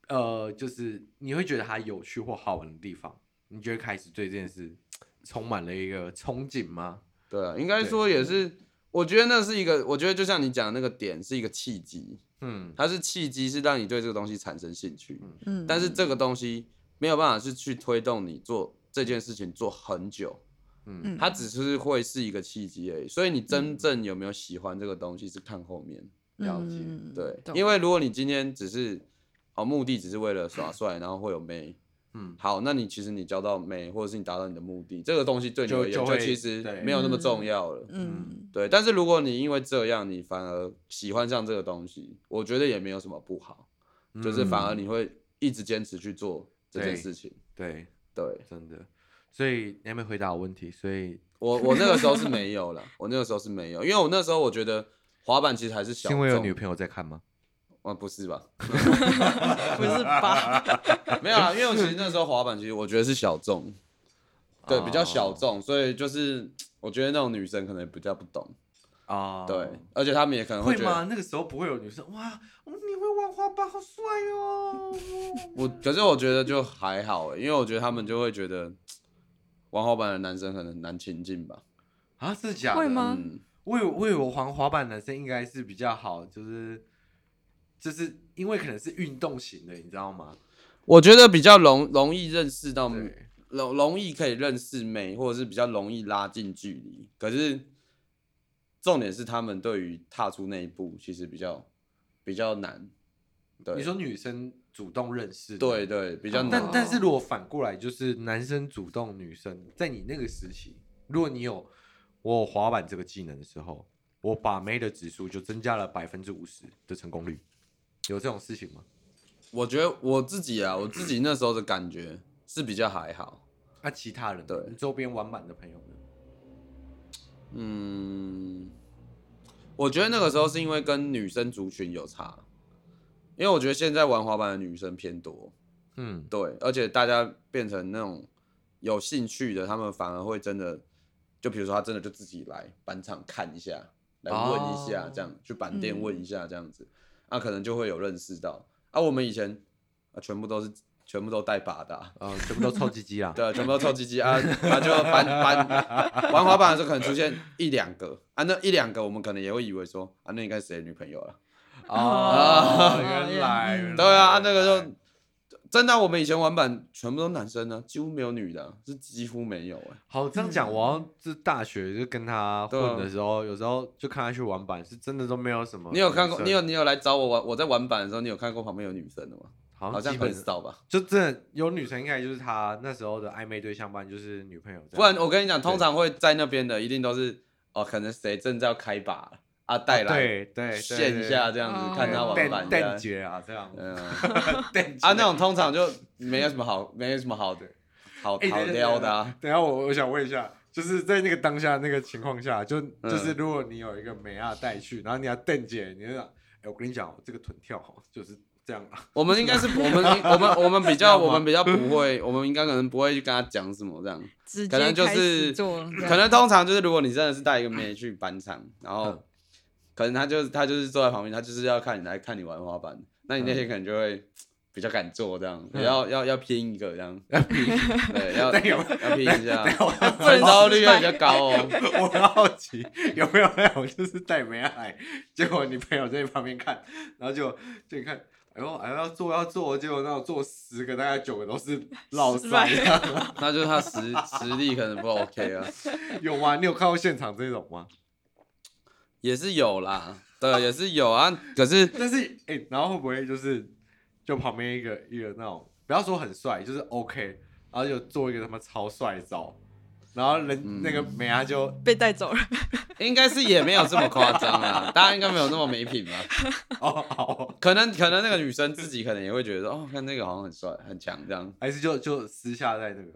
Speaker 2: 呃，就是你会觉得它有趣或好玩的地方，你就会开始对这件事充满了一个憧憬吗？
Speaker 3: 对啊，应该说也是，我觉得那是一个，我觉得就像你讲的那个点是一个契机，
Speaker 2: 嗯，
Speaker 3: 它是契机是让你对这个东西产生兴趣，
Speaker 4: 嗯，
Speaker 3: 但是这个东西没有办法是去推动你做这件事情做很久，
Speaker 2: 嗯
Speaker 3: 它只是会是一个契机而已，所以你真正有没有喜欢这个东西是看后面。
Speaker 2: 了解
Speaker 4: 嗯
Speaker 3: 对，
Speaker 4: 懂
Speaker 3: 因为如果你今天只是哦，目的只是为了耍帅，然后会有妹，
Speaker 2: 嗯，
Speaker 3: 好，那你其实你交到妹，或者是你达到你的目的，这个东西对你
Speaker 2: 就
Speaker 3: 而言
Speaker 2: 就
Speaker 3: 就
Speaker 2: 会
Speaker 3: 其实
Speaker 2: 对
Speaker 3: 没有那么
Speaker 4: 嗯
Speaker 3: 重要了。
Speaker 4: 嗯
Speaker 3: 对，但是如果你因为这样，你反而喜欢上这个东西，我觉得也没有什么不好，
Speaker 2: 嗯
Speaker 3: 就是反而你会一直坚持去做这件
Speaker 2: 对
Speaker 3: 事情。
Speaker 2: 对，
Speaker 3: 对
Speaker 2: 真的。所以你还没回答我问题，所以
Speaker 3: 我，我那个时候是没有了，我那个时候是没有，因为我那时候我觉得滑板其实还是小
Speaker 2: 是因为有
Speaker 3: 众
Speaker 2: 女朋友在看吗？
Speaker 3: 啊，不是吧？嗯
Speaker 4: 不是
Speaker 3: [LAUGHS]
Speaker 4: 吧？
Speaker 3: 没有啊，因为我其实那时候滑板，其实我觉得是小众，对，比较
Speaker 2: 哦
Speaker 3: 小众，所以就是我觉得那种女生可能比较不懂，
Speaker 2: 啊，
Speaker 3: 对，而且她们也可能会
Speaker 2: 会
Speaker 3: 觉
Speaker 2: 吗
Speaker 3: 得？
Speaker 2: 那个时候不会有女生哇，嗯你会玩滑板，好帅哦！ [LAUGHS]
Speaker 3: 我，可是我觉得就还好欸，因为我觉得他们就会觉得玩滑板的男生可能很难亲近吧，
Speaker 2: 啊，是假的？
Speaker 4: 会吗
Speaker 3: 嗯，
Speaker 2: 我以为我以为玩滑板的男生应该是比较好，就是就是因为可能是运动型的，你知道吗？
Speaker 3: 我觉得比较容容易认识到
Speaker 2: 对，
Speaker 3: 容容易可以认识妹，或者是比较容易拉近距离，可是重点是他们对于踏出那一步其实比较比较难。对，
Speaker 2: 你说女生主动认识，
Speaker 3: 对。对，比较
Speaker 4: 哦
Speaker 3: 难。
Speaker 2: 但但是如果反过来，就是男生主动女生，在你那个时期，如果你有我有滑板这个技能的时候，我把妹的指数就增加了百分之五十的成功率，有这种事情吗？
Speaker 3: 我觉得我自己啊，我自己那时候的感觉是比较还好。
Speaker 2: 那、其他人呢，
Speaker 3: 对
Speaker 2: 你周边玩板的朋友呢？
Speaker 3: 嗯，我觉得那个时候是因为跟女生族群有差，因为我觉得现在玩滑板的女生偏多，
Speaker 2: 嗯，
Speaker 3: 对，而且大家变成那种有兴趣的，他们反而会真的，就比如说他真的就自己来板场看一下，来问一下
Speaker 2: 哦
Speaker 3: 这样，去板店
Speaker 4: 嗯
Speaker 3: 问一下这样子，啊，可能就会有认识到。啊，我们以前啊，全部都是全部都带把的啊、
Speaker 2: 呃，全部都臭鸡鸡
Speaker 3: [LAUGHS]
Speaker 2: 啦。
Speaker 3: 对，全部都臭鸡鸡啊，啊就板板玩滑板的时候可能出现一两个啊，那一两个我们可能也会以为说啊，那应该是谁的女朋友了？
Speaker 2: 哦
Speaker 4: 哦，
Speaker 2: 原
Speaker 4: 原
Speaker 2: 来
Speaker 4: 来
Speaker 2: 原来
Speaker 3: 对啊，啊那个时候真的啊、我们以前玩板全部都男生呢、啊，几乎没有女的啊、是几乎没有哎、
Speaker 2: 好这样讲，我好像是大学就跟他
Speaker 3: 对啊
Speaker 2: 混的时候，有时候就看他去玩板，是真的都没有什么女生。
Speaker 3: 你有看过？你有你有来找我玩？我在玩板的时候，你有看过旁边有女生的吗？
Speaker 2: 好
Speaker 3: 好
Speaker 2: 哦
Speaker 3: 像
Speaker 2: 基本
Speaker 3: 很少吧。
Speaker 2: 就真的有女生，应该就是他那时候的暧昧对象，不然就是女朋友这样。
Speaker 3: 不然我跟你讲，通常会在那边的一定都是哦，可能谁正在要开把啊，带来
Speaker 2: 哦对对对
Speaker 3: 现一下这样
Speaker 4: 哦
Speaker 3: 子，看他玩
Speaker 2: 蛋
Speaker 3: 板这
Speaker 2: 蛋
Speaker 3: 样。
Speaker 2: 姐啊，这样 [LAUGHS]
Speaker 3: 嗯
Speaker 2: 蛋姐
Speaker 3: 啊，那种通常就没有什么好， [LAUGHS] 没有什么好的，好
Speaker 2: 哎
Speaker 3: 好撩的啊。。
Speaker 2: 等一下等一下等一下我我想问一下，就是在那个当下那个情况下，就
Speaker 3: 嗯
Speaker 2: 就是如果你有一个美亚带去，然后你要瞪姐，你就想，哎，我跟你讲，这个臀跳哈，就是这样啊。 [LAUGHS]
Speaker 3: 我们应该是，我们我们我们比较，
Speaker 2: 这样吗
Speaker 3: 我们比较不会，我们应该可能不会去跟他讲什么这样。
Speaker 4: 直
Speaker 3: 可能
Speaker 4: 接
Speaker 3: 就
Speaker 4: 开始
Speaker 3: 是
Speaker 4: 做，
Speaker 2: 啊
Speaker 4: 这样
Speaker 3: 可能通常就是，如果你真的是带一个妹去板场，然
Speaker 2: 嗯
Speaker 3: 后可能他就是他就是坐在旁边，他就是要看你来看你玩滑板，那你那天可能就会比较敢做这样，也要要要拼一个
Speaker 2: [LAUGHS]
Speaker 3: 这样，对，要
Speaker 2: 嗯但有
Speaker 3: 要拼一下，
Speaker 4: 不能
Speaker 3: 成招率
Speaker 4: 失
Speaker 3: 要
Speaker 4: 败
Speaker 3: 比较高哦。
Speaker 2: [LAUGHS] 我很好奇 [LAUGHS] 有没有那种就是带美亚来，结果你朋友在旁边看，然后就就你看，哎呦哎呦要做要做，结果那种做十个大概九个都是老
Speaker 4: 失
Speaker 2: 三啊
Speaker 4: 败
Speaker 2: 这样， [LAUGHS]
Speaker 3: 那就是他实实力可能不 OK 啊，
Speaker 2: 有吗？你有看到现场这种吗？
Speaker 3: 也是有啦，对，也是有啊。可是
Speaker 2: 但是哎、欸然后会不会就是就旁边一个一个那种，不要说很帅，就是 OK，然后就做一个他妈超帅的照，然后人、
Speaker 3: 嗯
Speaker 2: 那个美啊就 [LAUGHS]
Speaker 4: 被带走了，
Speaker 3: 应该是也没有这么夸张啊，大家应该没有那么没品吧？
Speaker 2: 哦好，
Speaker 3: 可能可能那个女生自己可能也会觉得，哦，看那个好像很帅很强这样。
Speaker 2: 还是就就私下在那个。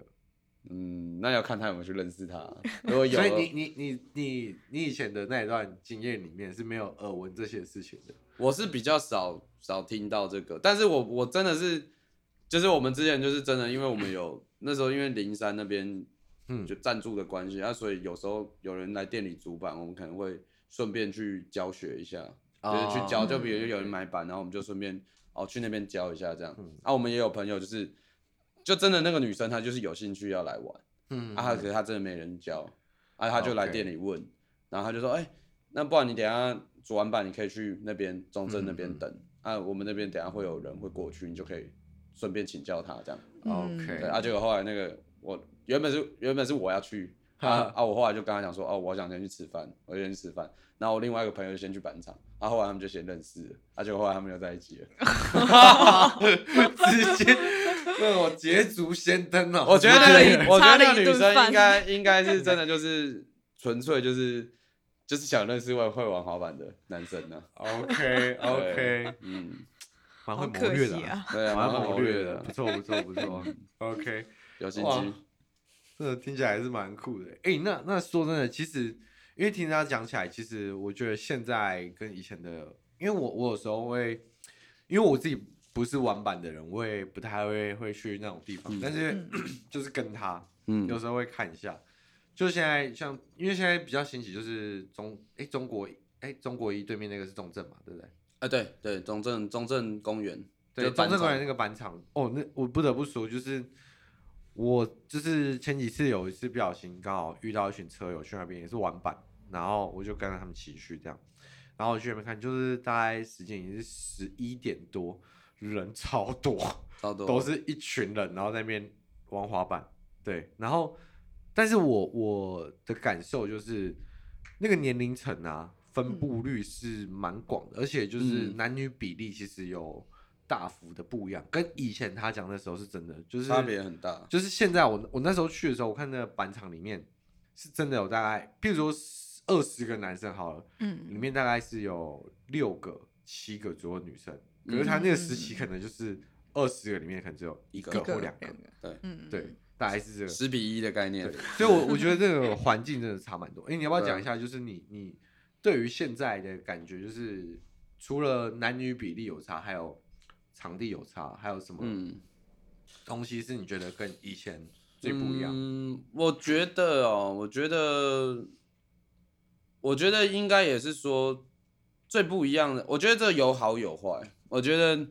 Speaker 3: 嗯，那要看他有没有去认识他。如果有
Speaker 2: 所以
Speaker 3: 的
Speaker 2: 你你你你你以前的那一段经验里面是没有耳闻这些事情的。
Speaker 3: 我是比较少少听到这个，但是我我真的是，就是我们之前就是真的，因为我
Speaker 2: [LAUGHS]
Speaker 3: 们有那时候因为灵山那边
Speaker 2: 嗯
Speaker 3: 就赞助的关系，啊，所以有时候有人来店里主板，我们可能会顺便去教学一下，就是去教，
Speaker 2: 哦
Speaker 3: 就比如有人买板，然后我们就顺便哦去那边教一下这样
Speaker 2: 嗯。
Speaker 3: 啊，我们也有朋友就是，就真的那个女生她就是有兴趣要来玩。
Speaker 2: 嗯
Speaker 3: 啊，可是他真的没人教，啊，他就来
Speaker 2: OK
Speaker 3: 店里问，然后他就说，哎、那不然你等一下煮完板，你可以去那边中正那
Speaker 2: 嗯
Speaker 3: 边
Speaker 2: 嗯
Speaker 3: 等，啊，我们那边等一下会有人会过去，你就可以顺便请教他这样。
Speaker 2: OK
Speaker 3: 对，啊，结果后来那个我原本是原本是我要去，啊啊，我后来就跟他讲说，哦，我想先去吃饭，我先去吃饭，然后我另外一个朋友就先去板场，啊，后来他们就先认识了，啊，结果后来他们又在一起了。
Speaker 2: 啊直接那种捷足先登哦。
Speaker 3: 我觉得那
Speaker 2: [LAUGHS]
Speaker 4: 差了一
Speaker 3: 个，我觉得那个
Speaker 4: 差了
Speaker 3: 女
Speaker 4: 一顿
Speaker 3: 生
Speaker 4: 饭
Speaker 3: 应该应该是真的，就是纯粹就是就是想认识会会玩滑板的男生呢、
Speaker 2: OK OK，
Speaker 3: 嗯，
Speaker 2: 蛮会
Speaker 4: 好
Speaker 2: 谋
Speaker 4: 可
Speaker 2: 略的
Speaker 4: 惜
Speaker 2: 啊，
Speaker 4: 啊！
Speaker 3: 对啊，
Speaker 2: 蛮
Speaker 3: 蛮
Speaker 2: 会
Speaker 3: 好
Speaker 2: 谋
Speaker 3: 略
Speaker 2: 略的，
Speaker 3: 的
Speaker 2: 不，错不错不错。OK，
Speaker 3: 有心
Speaker 2: 哇
Speaker 3: 机。
Speaker 2: 这听起来还是蛮酷的。哎、那那说真的，其实因为听他讲起来，其实我觉得现在跟以前的，因为我我有时候会，因为我自己不是玩板的人，我也不太会会去那种地方，
Speaker 3: 嗯
Speaker 2: 但是、
Speaker 4: 嗯
Speaker 2: [CLEARS THROAT] 就是跟他有
Speaker 3: 嗯，
Speaker 2: 时候会看一下。就现在像，因为现在比较兴起就是中哎、中国哎、中国一对面那个是中正嘛，对不对？
Speaker 3: 啊，对对，中正中正公园，
Speaker 2: 对，
Speaker 3: 就
Speaker 2: 中
Speaker 3: 板
Speaker 2: 正公园
Speaker 3: 场
Speaker 2: 那个板场，哦，那我不得不说，就是我就是前几次有一次不小心刚好遇到一群车友去那边也是玩板，然后我就跟着他们一起去这样，然后我去那边看，就是大概时间已经是十一点多，人超多，
Speaker 3: 超多，
Speaker 2: 都是一群人，然后在那边玩滑板，对，然后但是我我的感受就是那个年龄层啊，分布率是蛮广的，而且就是
Speaker 3: 嗯
Speaker 2: 男女比例其实有大幅的不一样，跟以前他讲那时候是真的，就是
Speaker 3: 差别啊很大。
Speaker 2: 就是现在我我那时候去的时候，我看那个板场里面是真的有大概，比如说二十个男生好了，里
Speaker 4: 嗯，
Speaker 2: 面大概是有六个、七个左右女生，可是他那个时
Speaker 3: 嗯
Speaker 2: 期可能就是二十个里面可能只有一
Speaker 3: 一
Speaker 2: 个
Speaker 3: 个
Speaker 2: 或两个，
Speaker 3: 对
Speaker 4: 嗯，
Speaker 2: 对，大概是这个。
Speaker 3: 十比一的概念
Speaker 2: 对，，所以我我觉得这个环境真的差蛮多。哎、你要不要
Speaker 3: 对啊
Speaker 2: 讲一下，就是你你对于现在的感觉，就是除了男女比例有差，还有场地有差，还有什么
Speaker 3: 嗯，
Speaker 2: 东西是你觉得跟以前最不一样？
Speaker 3: 嗯，我觉得哦，我觉得，我觉得应该也是说最不一样的。我觉得这有好有坏。我觉得，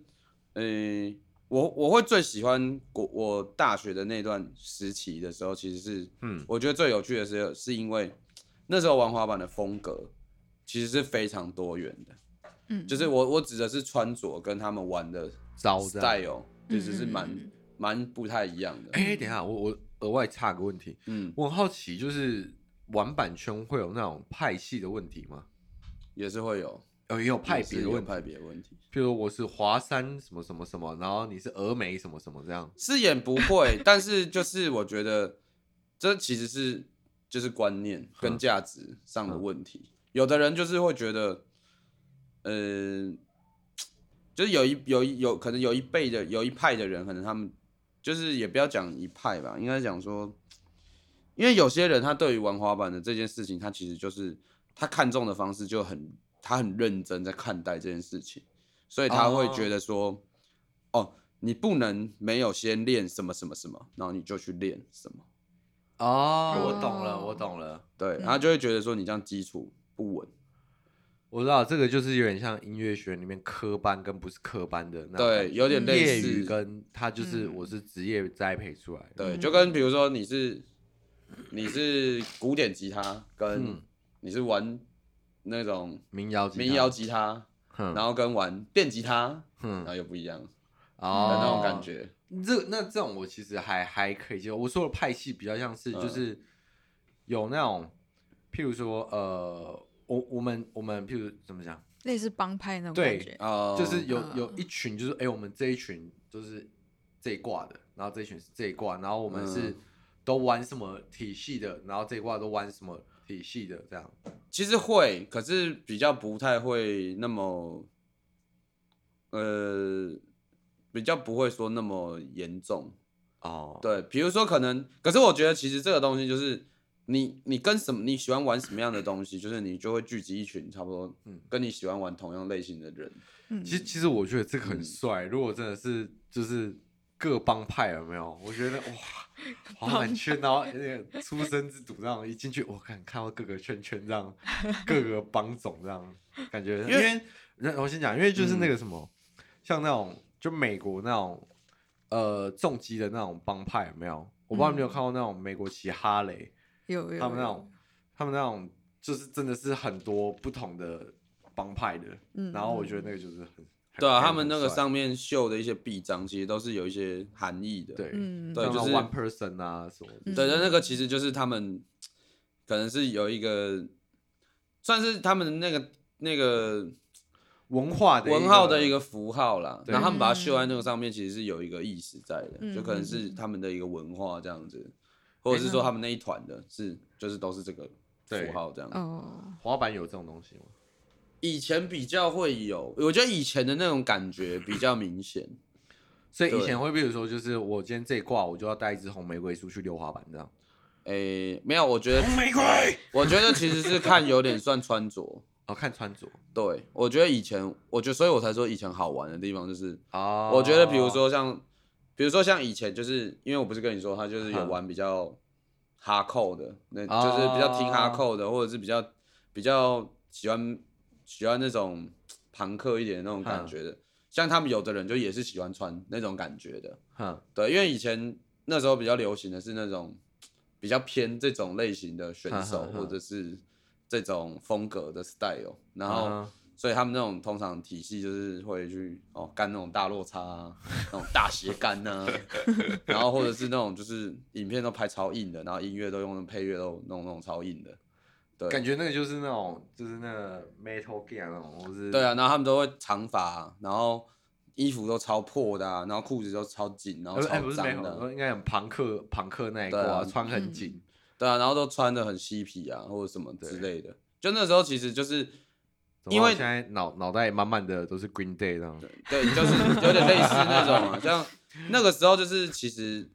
Speaker 3: 嗯、我我会最喜欢我我大学的那段时期的时候，其实是
Speaker 2: 嗯
Speaker 3: 我觉得最有趣的是，是因为那时候玩滑板的风格其实是非常多元的。
Speaker 4: 嗯，
Speaker 3: 就是我我指的是穿着跟他们玩的
Speaker 2: 糟的
Speaker 3: style，其实是蛮
Speaker 4: 嗯嗯嗯
Speaker 3: 蛮不太一样的。
Speaker 2: 哎、等一下，我我额外插个问题，
Speaker 3: 嗯，
Speaker 2: 我很好奇，就是玩板圈会有那种派系的问题吗？
Speaker 3: 也是会有
Speaker 2: 呃，也有派
Speaker 3: 也是
Speaker 2: 别的
Speaker 3: 有
Speaker 2: 问题，
Speaker 3: 派别问题。
Speaker 2: 譬如我是华山什么什么什么，然后你是峨眉什么什么这样。
Speaker 3: 是也不会，但是就是我觉得这其实是就是观念跟价值上的问题。有的人就是会觉得，呃，就是有一有一有可能有一辈的有一派的人，可能他们就是也不要讲一派吧，应该讲说，因为有些人他对于玩滑板的这件事情，他其实就是他看重的方式就很他很认真在看待这件事情，所以他会
Speaker 2: 哦
Speaker 3: 觉得说。哦，你不能没有先练什么什么什么，然后你就去练什么，
Speaker 2: 哦
Speaker 4: 哦
Speaker 2: 我懂了，我懂了，
Speaker 3: 对，然后就会觉得说你这样基础不稳，
Speaker 2: 我知道这个就是有点像音乐学里面科班跟不是科班的那种感
Speaker 3: 对，
Speaker 2: 觉
Speaker 3: 有点类
Speaker 2: 业
Speaker 3: 似，
Speaker 2: 余跟他就是
Speaker 4: 嗯
Speaker 2: 我是职业栽培出来的。
Speaker 3: 对，
Speaker 4: 嗯
Speaker 3: 就跟比如说你是你是古典吉他，跟
Speaker 2: 嗯
Speaker 3: 你是玩那种
Speaker 2: 民谣吉他
Speaker 3: 民谣，吉他，
Speaker 2: 然
Speaker 3: 然后跟玩电吉他，然
Speaker 2: 嗯，
Speaker 3: 后又不一样的
Speaker 2: 哦
Speaker 3: 那种感。觉，
Speaker 2: 这那这种我其实还还可以接受。我说的派系比较像是
Speaker 3: 嗯
Speaker 2: 就是有那种，譬如说呃，我我们我们譬如怎么讲，
Speaker 4: 类似帮派那种
Speaker 2: 对
Speaker 4: 感觉。
Speaker 3: 哦，
Speaker 2: 就是有
Speaker 4: 嗯
Speaker 2: 有一群就是哎、我们这一群就是这一挂的，然后这一群是这一挂，然后我们是
Speaker 3: 嗯
Speaker 2: 都玩什么体系的，然后这一挂都玩什么体系的这样。
Speaker 3: 其实会，可是比较不太会那么，呃，比较不会说那么严重。
Speaker 2: 哦，
Speaker 3: 对，比如说可能，可是我觉得其实这个东西就是你你跟什么你喜欢玩什么样的东西，就是你就会聚集一群差不多，
Speaker 2: 嗯
Speaker 3: 跟你喜欢玩同样类型的人。
Speaker 4: 嗯，
Speaker 2: 其实其实我觉得这个很
Speaker 3: 嗯
Speaker 2: 帅，如果真的是就是各帮派有没有？我觉得哇，好满圈，然后那个出生之犊这样一进去，我看看到各个圈圈这样，各个帮种这样，感觉因
Speaker 3: 因为
Speaker 2: 为那我先讲，因为就是那个什么，像那种就美国那种呃重击的那种帮派有没有？我不知道你有没有
Speaker 4: 嗯
Speaker 2: 看过那种美国骑哈雷，
Speaker 4: 有有
Speaker 2: 他们那
Speaker 4: 有
Speaker 2: 种他们那种就是真的是很多不同的帮派的，
Speaker 4: 嗯
Speaker 2: 然后我觉得那个就是很。
Speaker 3: 对啊，
Speaker 2: 很
Speaker 3: 他们那个
Speaker 2: 帅
Speaker 3: 上面绣的一些臂章，其实都是有一些含义的。
Speaker 2: 对
Speaker 4: 嗯
Speaker 3: 对
Speaker 2: 像
Speaker 3: 就
Speaker 2: 那
Speaker 3: 是
Speaker 2: one person 啊什么的，
Speaker 3: 对对，
Speaker 4: 嗯
Speaker 3: 那个其实就是他们可能是有一个，算是他们那个那个
Speaker 2: 文化的
Speaker 3: 文号的一个符号啦，
Speaker 2: 对
Speaker 3: 然后他们把它绣在那个上面，其实是有一个意思在的，就可能
Speaker 4: 嗯
Speaker 3: 是
Speaker 4: 嗯嗯
Speaker 3: 他们的一个文化这样子，或者是说他们那一团的是就是都是这个
Speaker 2: 对
Speaker 3: 符号这样。
Speaker 4: 哦，
Speaker 2: 滑板有这种东西吗？
Speaker 3: 以前比较会有，我觉得以前的那种感觉比较明显。
Speaker 2: 所以以
Speaker 3: 对
Speaker 2: 前会，比如说，就是我今天这一挂，我就要带一支红玫瑰出去溜滑板这样。
Speaker 3: 诶、没有，我觉得
Speaker 2: 玫瑰，
Speaker 3: [LAUGHS] 我觉得其实是看有点算穿着。
Speaker 2: 哦，看穿着
Speaker 3: 对，我觉得以前，我觉得，所以我才说以前好玩的地方就是，
Speaker 2: 哦
Speaker 3: 我觉得比如说像，比如说像以前就是，因为我不是跟你说他就是有玩比较哈扣的，那
Speaker 2: 哦
Speaker 3: 就是比较听哈扣的，或者是比较比较喜欢喜欢那种朋克一点的那种感觉的，像他们有的人就也是喜欢穿那种感觉的，
Speaker 2: 哼，
Speaker 3: 对，因为以前那时候比较流行的是那种比较偏这种类型的选手，
Speaker 2: 哼哼哼
Speaker 3: 或者是这种风格的 style，然后。
Speaker 2: 嗯哼
Speaker 3: 所以他们那种通常体系就是会去哦干那种大落差、啊，那种大斜
Speaker 2: [LAUGHS]
Speaker 3: 杆呐、然后或者是那种就是影片都拍超硬的，然后音乐都用的配乐都弄那种超硬的，对
Speaker 2: 感觉那个就是那种，就是那个 metal gear 那种，或是
Speaker 3: 对啊，，然后他们都会长发啊、然后衣服都超破的、啊，然后裤子都超紧，然后
Speaker 2: 呃哎
Speaker 3: 超
Speaker 2: 不是
Speaker 3: 脏
Speaker 2: metal，
Speaker 3: 的、啊
Speaker 2: 说应该很朋克，朋克那一
Speaker 3: 对
Speaker 2: 挂
Speaker 3: 啊
Speaker 2: 穿很紧，
Speaker 4: 嗯
Speaker 3: 对啊，然后都穿的很嬉皮啊或者什么之类的，就那时候其实就是
Speaker 2: 怎么
Speaker 3: 因为
Speaker 2: 现在脑脑袋满满的都是 Green Day 这样。
Speaker 3: 对，就是有点类似那种啊，像那个时候就是其实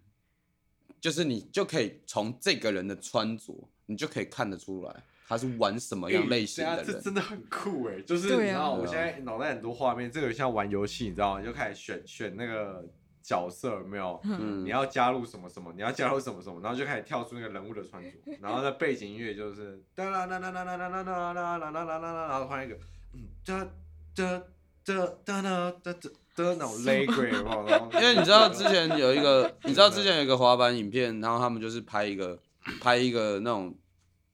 Speaker 3: 就是你就可以从这个人的穿着，你就可以看得出来他是玩什么样类型
Speaker 2: 欸对
Speaker 3: 的
Speaker 2: 啊这
Speaker 3: 人。
Speaker 2: 真的很酷哎！
Speaker 3: [LAUGHS]
Speaker 2: 就是
Speaker 4: 对
Speaker 2: 你
Speaker 4: 啊
Speaker 2: 知道，我
Speaker 3: 对啊
Speaker 2: 现在脑袋很多画面，这个像玩游戏，你知道吗？你就开始选选那个角色，有没有？
Speaker 4: 嗯
Speaker 3: 嗯
Speaker 2: 你，要加入什么什么，你要加入什么什么，然后就开始跳出那个人物的穿着，然后那背景音乐就是哒啦啦啦啦啦啦啦啦啦啦啦啦啦啦，然后换一个嗯哒哒哒哒哒哒哒那种 leggy，有没有
Speaker 3: [LAUGHS]
Speaker 2: 然后
Speaker 3: 因为你知道之前有一个，你知道之前有一个滑板影片，然后他们就是拍一个拍一个那种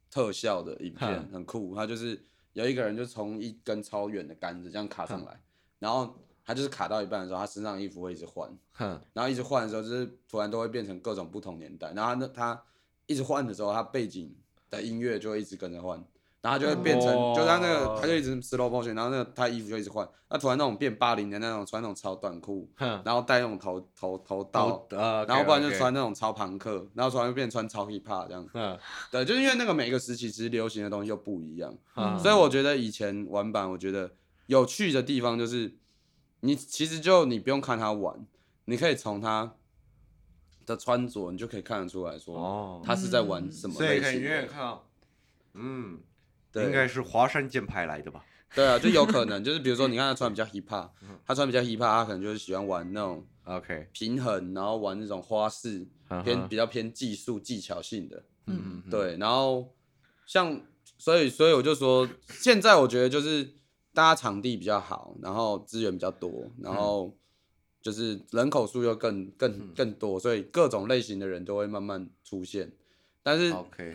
Speaker 3: 特效的影片
Speaker 2: 哼，
Speaker 3: 很酷。他就是有一个人就从一根超远的杆子这样卡
Speaker 2: 嗯
Speaker 3: 上来，然后他就是卡到一半的时候，他身上衣服会一直换。
Speaker 2: 哼
Speaker 3: 然后一直换的时候，就是突然都会变成各种不同年代。然后他那他一直换的时候，他背景的音乐就会一直跟着换，然后他就会变成，
Speaker 2: 哦
Speaker 3: 就是他那个他就一直 slow motion，然后那个他衣服就一直换。那突然那种变八零的那种穿那种超短裤，
Speaker 2: 哼，
Speaker 3: 然后戴那种头头头套，
Speaker 2: 呃，
Speaker 3: 然后不然就穿那种超朋克，然后突然就变穿超 hip hop 这样。
Speaker 2: 嗯，
Speaker 3: 对，就是因为那个每个时期其实流行的东西又不一样。
Speaker 2: 嗯
Speaker 3: 所以我觉得以前玩板，我觉得有趣的地方就是，你其实就你不用看他玩，你可以从他的穿着，你就可以看得出来说
Speaker 2: 哦，
Speaker 3: 他是在玩什么
Speaker 2: 所以
Speaker 3: 类
Speaker 2: 可以
Speaker 3: 型
Speaker 2: 远远
Speaker 3: 的。
Speaker 2: 看到，嗯，
Speaker 3: 对
Speaker 2: 应该是华山剑派来的吧？
Speaker 3: 对啊，就有可能就是比如说你看他穿比较
Speaker 2: [LAUGHS]
Speaker 3: hip hop，他穿比较 hip hop，他可能就是喜欢玩那种
Speaker 2: OK，
Speaker 3: 平衡，然后玩那种花式，
Speaker 2: 嗯
Speaker 3: 偏
Speaker 2: 哼
Speaker 3: 比较偏技术技巧性的。
Speaker 2: 嗯，嗯，
Speaker 3: 对，然后像所以所以我就说，现在我觉得就是大家场地比较好，然后资源比较多，
Speaker 2: 嗯
Speaker 3: 然后就是人口数又更更更多，所以各种类型的人都会慢慢出现，但是
Speaker 2: OK，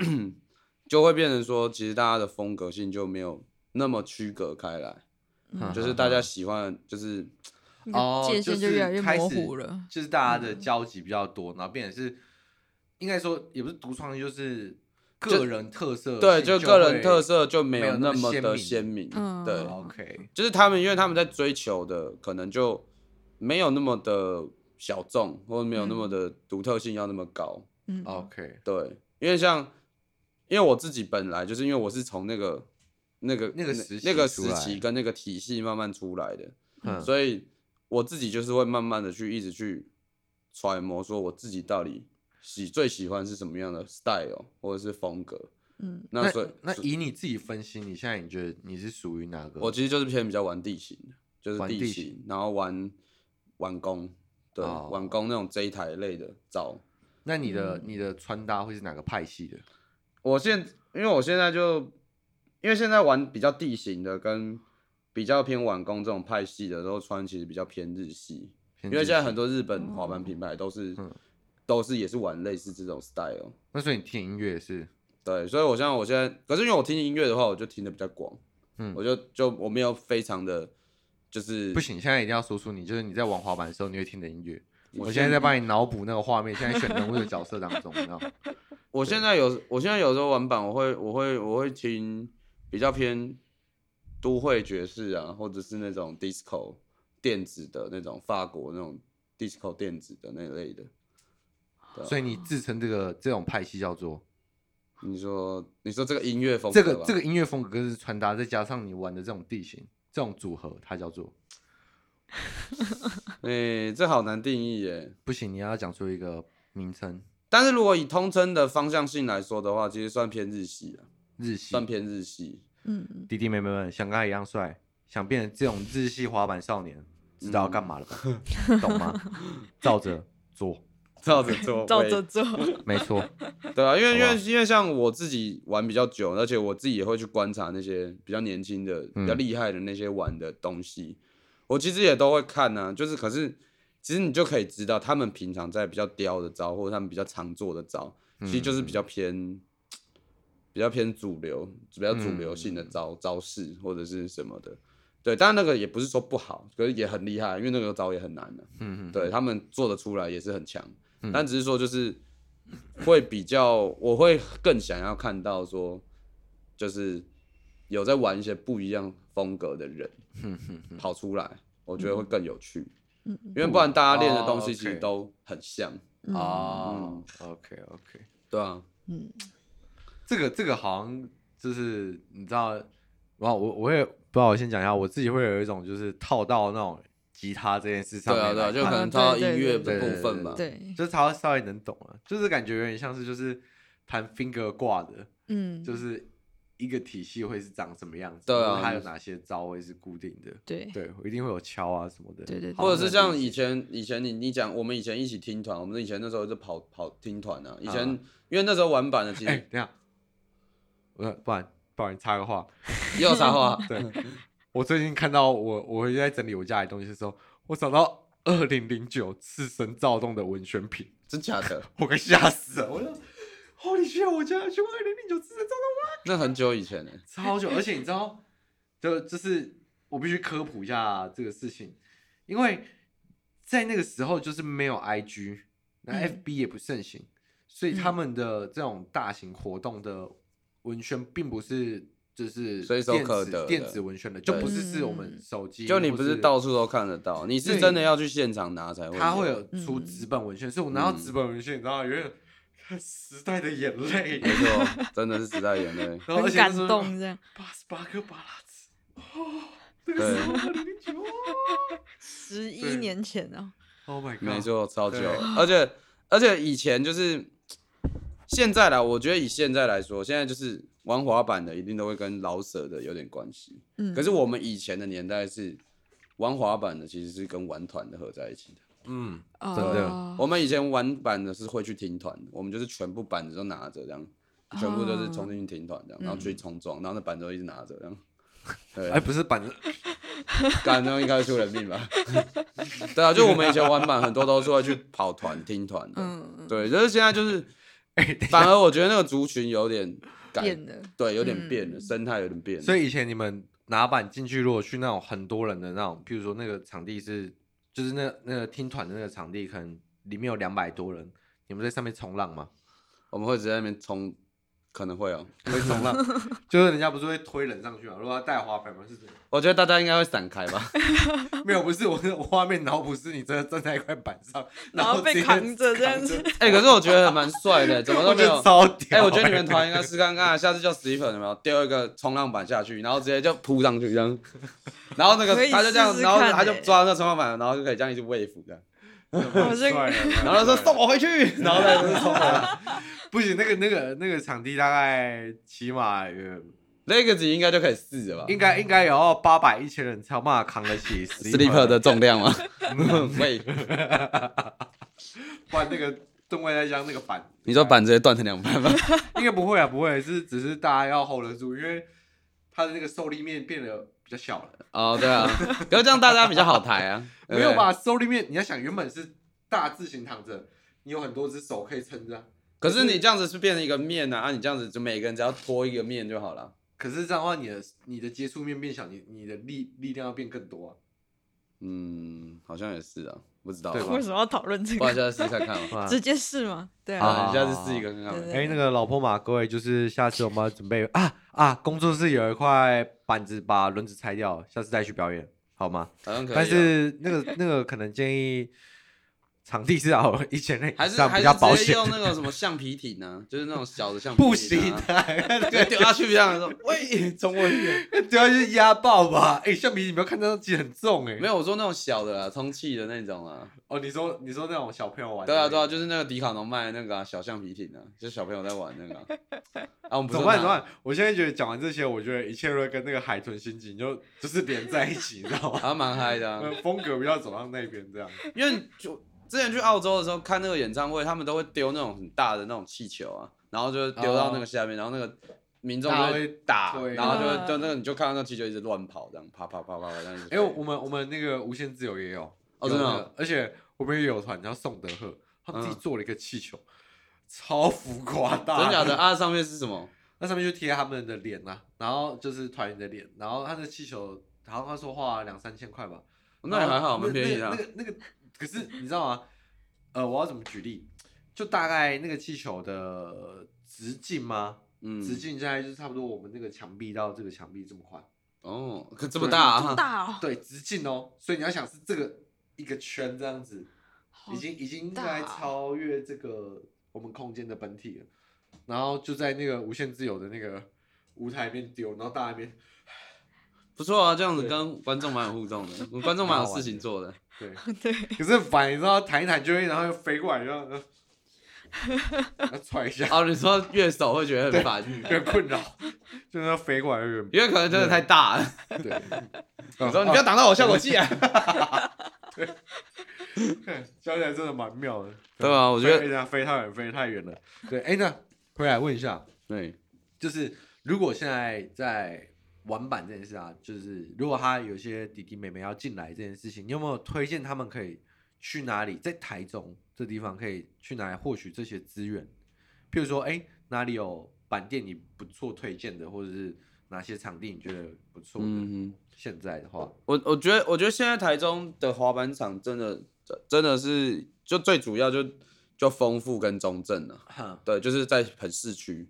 Speaker 3: 就会变成说，其实大家的风格性就没有那么区隔开来，就是大家喜欢就是
Speaker 4: 嗯那个
Speaker 2: 嗯哦
Speaker 4: 界限
Speaker 2: 就
Speaker 4: 就是越来越
Speaker 2: 开
Speaker 4: 模
Speaker 2: 始
Speaker 4: 糊了。
Speaker 2: 就是
Speaker 3: 嗯
Speaker 2: 大家的交集比较多，然后变成是，应该说也不是独创，就是个人特色性会，
Speaker 3: 对，就个人特色就没
Speaker 2: 没有
Speaker 3: 有
Speaker 2: 那
Speaker 3: 那
Speaker 2: 么
Speaker 3: 么的
Speaker 2: 鲜
Speaker 3: 鲜明
Speaker 4: 嗯，
Speaker 3: 对，
Speaker 2: OK，
Speaker 3: 就是他们，因为他们在追求的可能就没有那么的小众，或者没有那么的独特性要那么高。
Speaker 4: 嗯，
Speaker 2: OK，
Speaker 3: 对，因为像因为我自己本来就是因为我是从那个那个
Speaker 2: 那个时期
Speaker 3: 那个
Speaker 2: 出
Speaker 3: 时
Speaker 2: 来
Speaker 3: 期跟那个体系慢慢出来的，
Speaker 2: 嗯，
Speaker 3: 所以我自己就是会慢慢的去一直去揣摩，说我自己到底喜最喜欢是什么样的 style 或者是风格。
Speaker 4: 嗯，
Speaker 3: 那所以
Speaker 2: 那以你自己分析，你现在你觉得你是属于哪个？
Speaker 3: 我其实就是偏比较玩地形的，就是
Speaker 2: 玩地
Speaker 3: 地
Speaker 2: 形
Speaker 3: 形，然后玩玩工，对，
Speaker 2: 哦
Speaker 3: 玩工那种这一台类的找。
Speaker 2: 那你的、
Speaker 3: 嗯
Speaker 2: 你的穿搭会是哪个派系的？
Speaker 3: 我现因为我现在就因为现在玩比较地形的跟比较偏玩工这种派系的都穿，其实比较偏日系，嗯
Speaker 2: 偏
Speaker 3: 因为
Speaker 2: 日
Speaker 3: 现在
Speaker 2: 系
Speaker 3: 很多日本滑板品牌都是、都是也是玩类似这种 style。
Speaker 2: 那所以你听音乐也是
Speaker 3: 对，所以我现在我现在，可是因为我听音乐的话，我就听的比较广，
Speaker 2: 嗯
Speaker 3: 我就就我没有非常的，就是
Speaker 2: 不行，现在一定要说出你就是你在玩滑板的时候你会听的音乐。
Speaker 3: 我
Speaker 2: 我现在在帮你脑补那个画面，现在选人物的角色当中，你知道
Speaker 3: [LAUGHS]
Speaker 2: 吗？
Speaker 3: 我现在有，我现在有时候玩板，我会，我会，我会听比较偏都会爵士啊，或者是那种 disco 电子的那种法国那种 disco 电子的那类的。啊
Speaker 2: 所以你自称这个这种派系叫做
Speaker 3: 你说，你说这个音乐风
Speaker 2: 这
Speaker 3: 格
Speaker 2: 个
Speaker 3: 吧
Speaker 2: 这个音乐风格跟是穿搭，再加上你玩的这种地形，这种组合，它叫做
Speaker 3: 诶、这好难定义耶。
Speaker 2: 不行，你要讲出一个名称，
Speaker 3: 但是如果以通称的方向性来说的话，其实算偏日系啊，
Speaker 2: 日系
Speaker 3: 算偏日系。
Speaker 4: 嗯，
Speaker 2: 弟弟妹妹们想跟他一样帅，想变成这种日系滑板少年，知道要干嘛了吧？
Speaker 3: 嗯
Speaker 2: 懂吗？照着做，
Speaker 3: 照着
Speaker 2: [LAUGHS]
Speaker 3: 做，
Speaker 4: 照着做，
Speaker 2: 没
Speaker 3: [LAUGHS]
Speaker 2: 错。
Speaker 3: 对啊，因为因
Speaker 2: 好
Speaker 3: 为
Speaker 2: 不
Speaker 3: 因为像我自己玩比较久，而且我自己也会去观察那些比较年轻的、比较
Speaker 2: 嗯
Speaker 3: 厉害的那些玩的东西，我其实也都会看呢、就是可是，其实你就可以知道，他们平常在比较雕的招，或者他们比较常做的招，其实就是
Speaker 2: 嗯
Speaker 3: 比较偏。比较偏主流，比较主流性
Speaker 2: 嗯
Speaker 3: 的招、招式或者是什么的，对，当然那个也不是说不好，可是也很厉害，因为那个招也很难的、
Speaker 2: 嗯嗯，
Speaker 3: 对他们做得出来也是很强，但只是说就是会比较，我会更想要看到说，就是有在玩一些不一样风格的人跑出来，我觉得会更有趣，因为不然大家练的东西其
Speaker 2: 嗯哦
Speaker 3: 实
Speaker 2: ，OK
Speaker 3: 都很像，
Speaker 4: 嗯
Speaker 3: 啊
Speaker 2: 哦，OK OK，
Speaker 3: 对啊，
Speaker 2: 这个这个好像就是你知道，哇，我我也不知道，我先讲一下，我自己会有一种就是套到那种吉他这件事上
Speaker 3: 对
Speaker 2: 面
Speaker 3: 啊，
Speaker 2: 来看，
Speaker 3: 对啊，就可能
Speaker 4: 嗯
Speaker 3: 到
Speaker 4: 对
Speaker 3: 音乐
Speaker 2: 对
Speaker 3: 的
Speaker 2: 对
Speaker 3: 部分嘛，
Speaker 4: 对，
Speaker 2: 就是他稍微能懂了，就是感觉有点像是就是弹 finger 挂的，
Speaker 4: 嗯，
Speaker 2: 就是一个体系会是长什么样子，
Speaker 3: 对啊
Speaker 2: 或者它有哪些招会是固定的。
Speaker 4: 对，
Speaker 2: 对，一定会有敲啊什么的，
Speaker 4: 对对对
Speaker 2: 好
Speaker 3: 或者是像
Speaker 2: 那
Speaker 3: 以前以前你你讲，我们以前一起听团，我们以前那时候就跑跑听团啊，以前、
Speaker 2: 啊
Speaker 3: 因为那时候玩板的其
Speaker 2: 哎、
Speaker 3: 实
Speaker 2: 等一下，我不然不然插个话，
Speaker 3: 也有啥话，
Speaker 2: [LAUGHS] 对我最近看到我我回去在整理我家里东西的时候，我找到二零零九次神躁动的文宣品，
Speaker 3: 真假的？
Speaker 2: 我快吓死了，我就。Holy shit！我家去二零零九次神躁
Speaker 3: 那很久以前呢、
Speaker 2: 动，超久，而且你知道，就就是我必须科普一下这个事情，因为在那个时候就是没有 IG，那
Speaker 4: 嗯
Speaker 2: FB 也不盛行，所以他
Speaker 4: 嗯
Speaker 2: 们的这种大型活动的文宣并不是就是
Speaker 3: 随手
Speaker 2: 电
Speaker 3: 可
Speaker 2: 子
Speaker 3: 得
Speaker 2: 电
Speaker 3: 的
Speaker 2: 子文宣的，就
Speaker 3: 对
Speaker 2: 不是是我
Speaker 4: 嗯
Speaker 2: 们手机，
Speaker 3: 就你
Speaker 2: 或
Speaker 3: 不
Speaker 2: 是
Speaker 3: 是到处都看得到，你是
Speaker 2: 对
Speaker 3: 真的要去现场拿才会。
Speaker 2: 它会有
Speaker 4: 嗯
Speaker 2: 出纸本文宣，所以我拿到纸本文宣，你知道吗有点看时代的眼
Speaker 4: [LAUGHS]
Speaker 2: 泪，
Speaker 3: 没错，真的是时代眼泪。
Speaker 2: 然后而
Speaker 4: 很
Speaker 2: 且
Speaker 4: 感动
Speaker 2: [LAUGHS]
Speaker 4: 这样，
Speaker 2: 八十八颗巴拉子，哦，那个时候二零九
Speaker 4: 十一
Speaker 2: 对
Speaker 4: 年前啊，
Speaker 2: ，Oh my god，
Speaker 3: [LAUGHS] 没，错，超久
Speaker 2: 对，
Speaker 3: 而且而且以前就是现在啦，我觉得以现在来说，现在就是玩滑板的一定都会跟老舍的有点关系。
Speaker 4: 嗯，
Speaker 3: 可是我们以前的年代是玩滑板的，其实是跟玩团的合在一起的。
Speaker 2: 嗯，
Speaker 4: 真
Speaker 2: 真的
Speaker 4: 哦
Speaker 3: 我们以前玩板的是会去听团的，我们就是全部板子都拿着这样，
Speaker 4: 哦
Speaker 3: 全部就是冲进去听团这样，然后
Speaker 4: 嗯
Speaker 3: 去冲撞，然后那板子都一直拿着这样。对，
Speaker 2: 哎，不是板子，
Speaker 3: 干，那应该会出人命吧？ [LAUGHS] 对啊，就我们以前玩板很多都是会去跑团、听团的，
Speaker 4: 嗯
Speaker 2: 哦
Speaker 4: 嗯
Speaker 3: 对，就是现在就是，
Speaker 4: [LAUGHS]
Speaker 2: 哎，等一
Speaker 3: [LAUGHS] 反而我觉得那个族群有点改，
Speaker 4: 变嗯的，
Speaker 3: 对，有点变了，生态有点变了。
Speaker 2: 所
Speaker 3: 以
Speaker 2: 以以前你们拿板进去，如果去那种很多人的那种，譬如说那个场地是，就是那那个听团的那个场地，可能里面有两百多人，你们在上面冲浪吗？
Speaker 3: 我们会直接在那边冲可能会哦。
Speaker 2: 会冲浪，就是人家不是会推人上去嘛？如果要带滑板嘛，是这样。
Speaker 3: 我觉得大家应该会散开吧。 [LAUGHS]
Speaker 2: 没有，不是我，我画面脑补是你真的站在一块板上，
Speaker 4: 然后
Speaker 2: 后
Speaker 4: 被
Speaker 2: 直接 [LAUGHS]
Speaker 4: 扛着这样子
Speaker 2: 扛着
Speaker 3: 哎、可是我觉得蛮帅
Speaker 2: [LAUGHS]
Speaker 3: 的，怎么都
Speaker 2: 我
Speaker 3: 没
Speaker 2: 觉得
Speaker 3: 有。
Speaker 2: 超屌、欸
Speaker 3: 哎、我觉得你们团应该试看看，下次叫 Stephen 有没有丢一个冲浪板下去，然后直接就扑上去
Speaker 2: [LAUGHS]
Speaker 3: 这样，然后那个
Speaker 4: 可以
Speaker 3: 他就这样，
Speaker 4: 试试
Speaker 3: 然后
Speaker 4: 看
Speaker 3: 他就
Speaker 4: 欸
Speaker 3: 抓那个冲浪板，然后就可以这样一直 wave 这样，
Speaker 2: 很帅 [LAUGHS] 啊，
Speaker 3: 然后他说
Speaker 2: 送
Speaker 3: 送我回去，然后再就是
Speaker 2: [LAUGHS]
Speaker 3: 冲了。
Speaker 2: 不行，那个那个那个场地大概起码有
Speaker 3: 那个集应该就可以试
Speaker 2: [LAUGHS]
Speaker 3: 了吧
Speaker 2: 应该应该也要八百一千人才有办法扛得起
Speaker 3: ？Sleeper 的，
Speaker 2: [LAUGHS]
Speaker 3: 重量吗？ [LAUGHS] 喂，
Speaker 2: 不然那个吨位再加上那个板，
Speaker 3: 你说板直接断成两半吗？
Speaker 2: 应该不会啊，不会，是只是大家要 hold 得住，因为它的那个受力面变得比较小了。
Speaker 3: 哦，对啊， [LAUGHS] 可是这样大家比较好抬 [LAUGHS] 啊。对不对
Speaker 2: 没有？吧？受力面你要想，原本是大字形躺着，你有很多只手可以撑着啊，
Speaker 3: 可是你这样子是变成一个面啊，啊，你这样子就每个人只要拖一个面就好了。
Speaker 2: 可是这样的话，你的你的接触面变小，你你的力力量要变更多啊。
Speaker 3: 嗯，好像也是啊，不知道。
Speaker 2: 对吧
Speaker 4: [LAUGHS] 为什么要讨论这
Speaker 3: 不然
Speaker 4: 个？
Speaker 3: 下次试看看吧。
Speaker 2: 啊
Speaker 4: 直接试嘛，对
Speaker 2: 好
Speaker 4: 啊，
Speaker 3: 啊，你 [LAUGHS] 下次试一个看看吧。
Speaker 4: 对
Speaker 2: 哎、那个老婆马，各位就是下次我们要准备啊啊，工作室有一块板子，把轮子拆掉，下次再去表演好吗？
Speaker 3: 好像可以啊。
Speaker 2: 但是那个 [LAUGHS] 那个可能建议场地至少有一千人以
Speaker 3: 还是
Speaker 2: 上
Speaker 3: 还
Speaker 2: 比
Speaker 3: 是
Speaker 2: 较保
Speaker 3: 直接
Speaker 2: 险， [LAUGHS]
Speaker 3: 用那个什么橡皮艇 [LAUGHS] 呢、就是那种小的橡皮艇、
Speaker 2: 不行
Speaker 3: 啊， [LAUGHS]
Speaker 2: 的，
Speaker 3: 直接丢下去这样说， [LAUGHS] 喂，冲过去。
Speaker 2: 主要啊是压爆吧。哎、橡皮你没有看到，其实很重哎、
Speaker 3: 没有，我说那种小的啦，啊充气的那种 [LAUGHS] 啊。
Speaker 2: 哦，你说你说那种小朋友玩的
Speaker 3: 对
Speaker 2: 那
Speaker 3: 啊，
Speaker 2: 个，
Speaker 3: 对啊，就是那个迪卡侬卖的那个、啊、小橡皮艇啊，就是小朋友在玩那个啊。啊，我们不
Speaker 2: 怎
Speaker 3: 是
Speaker 2: 么办？
Speaker 3: 拿
Speaker 2: 怎么办？我现在觉得讲完这些，我觉得一切都会跟那个海豚心情就就是连在一起，你知道吗？
Speaker 3: 啊，蛮嗨的、 [LAUGHS] 啊。
Speaker 2: 呃风格比较走向那边这样。
Speaker 3: 因为就之前去澳洲的时候看那个演唱会，他们都会丢那种很大的那种气球啊，然后就丢到那个下面，然后那个民众就会
Speaker 2: 大家
Speaker 3: 打
Speaker 2: 会推，
Speaker 3: 然后就会
Speaker 4: 啊
Speaker 3: 就那个你就看到那气球一直乱跑，这样啪啪啪啪啪这样一直飞。
Speaker 2: 哎、我们我们那个无限自由也有
Speaker 3: 哦
Speaker 2: 有
Speaker 3: 真的
Speaker 2: 那
Speaker 3: 哦
Speaker 2: 个而且我们也有团叫宋德赫，他们自己
Speaker 3: 嗯
Speaker 2: 做了一个气球，超浮夸大，
Speaker 3: [LAUGHS] 真假的？啊，上面是什么？
Speaker 2: [LAUGHS] 那上面就贴他们的脸啊，然后就是团员的脸，然后他的气球，好像他说花了两三千块吧，
Speaker 3: 哦那也还好，蛮便宜
Speaker 2: 那
Speaker 3: 的啊
Speaker 2: 个。那个那个，可是你知道吗？呃，我要怎么举例？就大概那个气球的直径吗？
Speaker 3: 嗯，
Speaker 2: 直径大概就是差不多我们那个墙壁到这个墙壁这么宽。
Speaker 3: 哦，可这么大啊！
Speaker 4: 大哦，
Speaker 2: 对，直径哦，所以你要想是这个一个圈这样子，
Speaker 4: 好
Speaker 2: 已经已经
Speaker 4: 大
Speaker 2: 在
Speaker 4: 哦
Speaker 2: 超越这个我们空间的本体了，然后就在那个无限自由的那个舞台里面丢，然后大家里面
Speaker 3: 不错啊，这样子跟观众蛮有互动的，我们观众蛮有事情做的。
Speaker 4: [LAUGHS]
Speaker 2: 对，
Speaker 4: 对，
Speaker 2: 可是反你知道弹一弹就会，然后又飞过来，然后
Speaker 4: [LAUGHS]
Speaker 2: 然后然后踹一下，
Speaker 3: 哦，你说乐手会觉得很烦，
Speaker 2: 有点困扰，就是要飞过来有点
Speaker 3: 因为可能真的太大了。
Speaker 2: 对。
Speaker 3: [LAUGHS]
Speaker 2: 哦
Speaker 3: 你说你不要挡到我效果器啊！
Speaker 2: 看教起来真的蛮妙的，
Speaker 3: 对啊我觉得
Speaker 2: 飞飞飞太远，飞太远了。对，哎，那回来问一下，
Speaker 3: 对，
Speaker 2: 就是如果现在在玩板这件事啊，就是如果他有些弟弟妹妹要进来这件事情，你有没有推荐他们可以去哪里？在台中这地方可以去哪里获取这些资源？譬如说，哎、哪里有板店你不错推荐的，或者是哪些场地你觉得不错的？
Speaker 3: 嗯哼。
Speaker 2: 现在的话，
Speaker 3: 我我觉得，我觉得现在台中的滑板场真的真的是就最主要就就丰富跟中正啊了、
Speaker 2: 哈，
Speaker 3: 对，就是在很市区，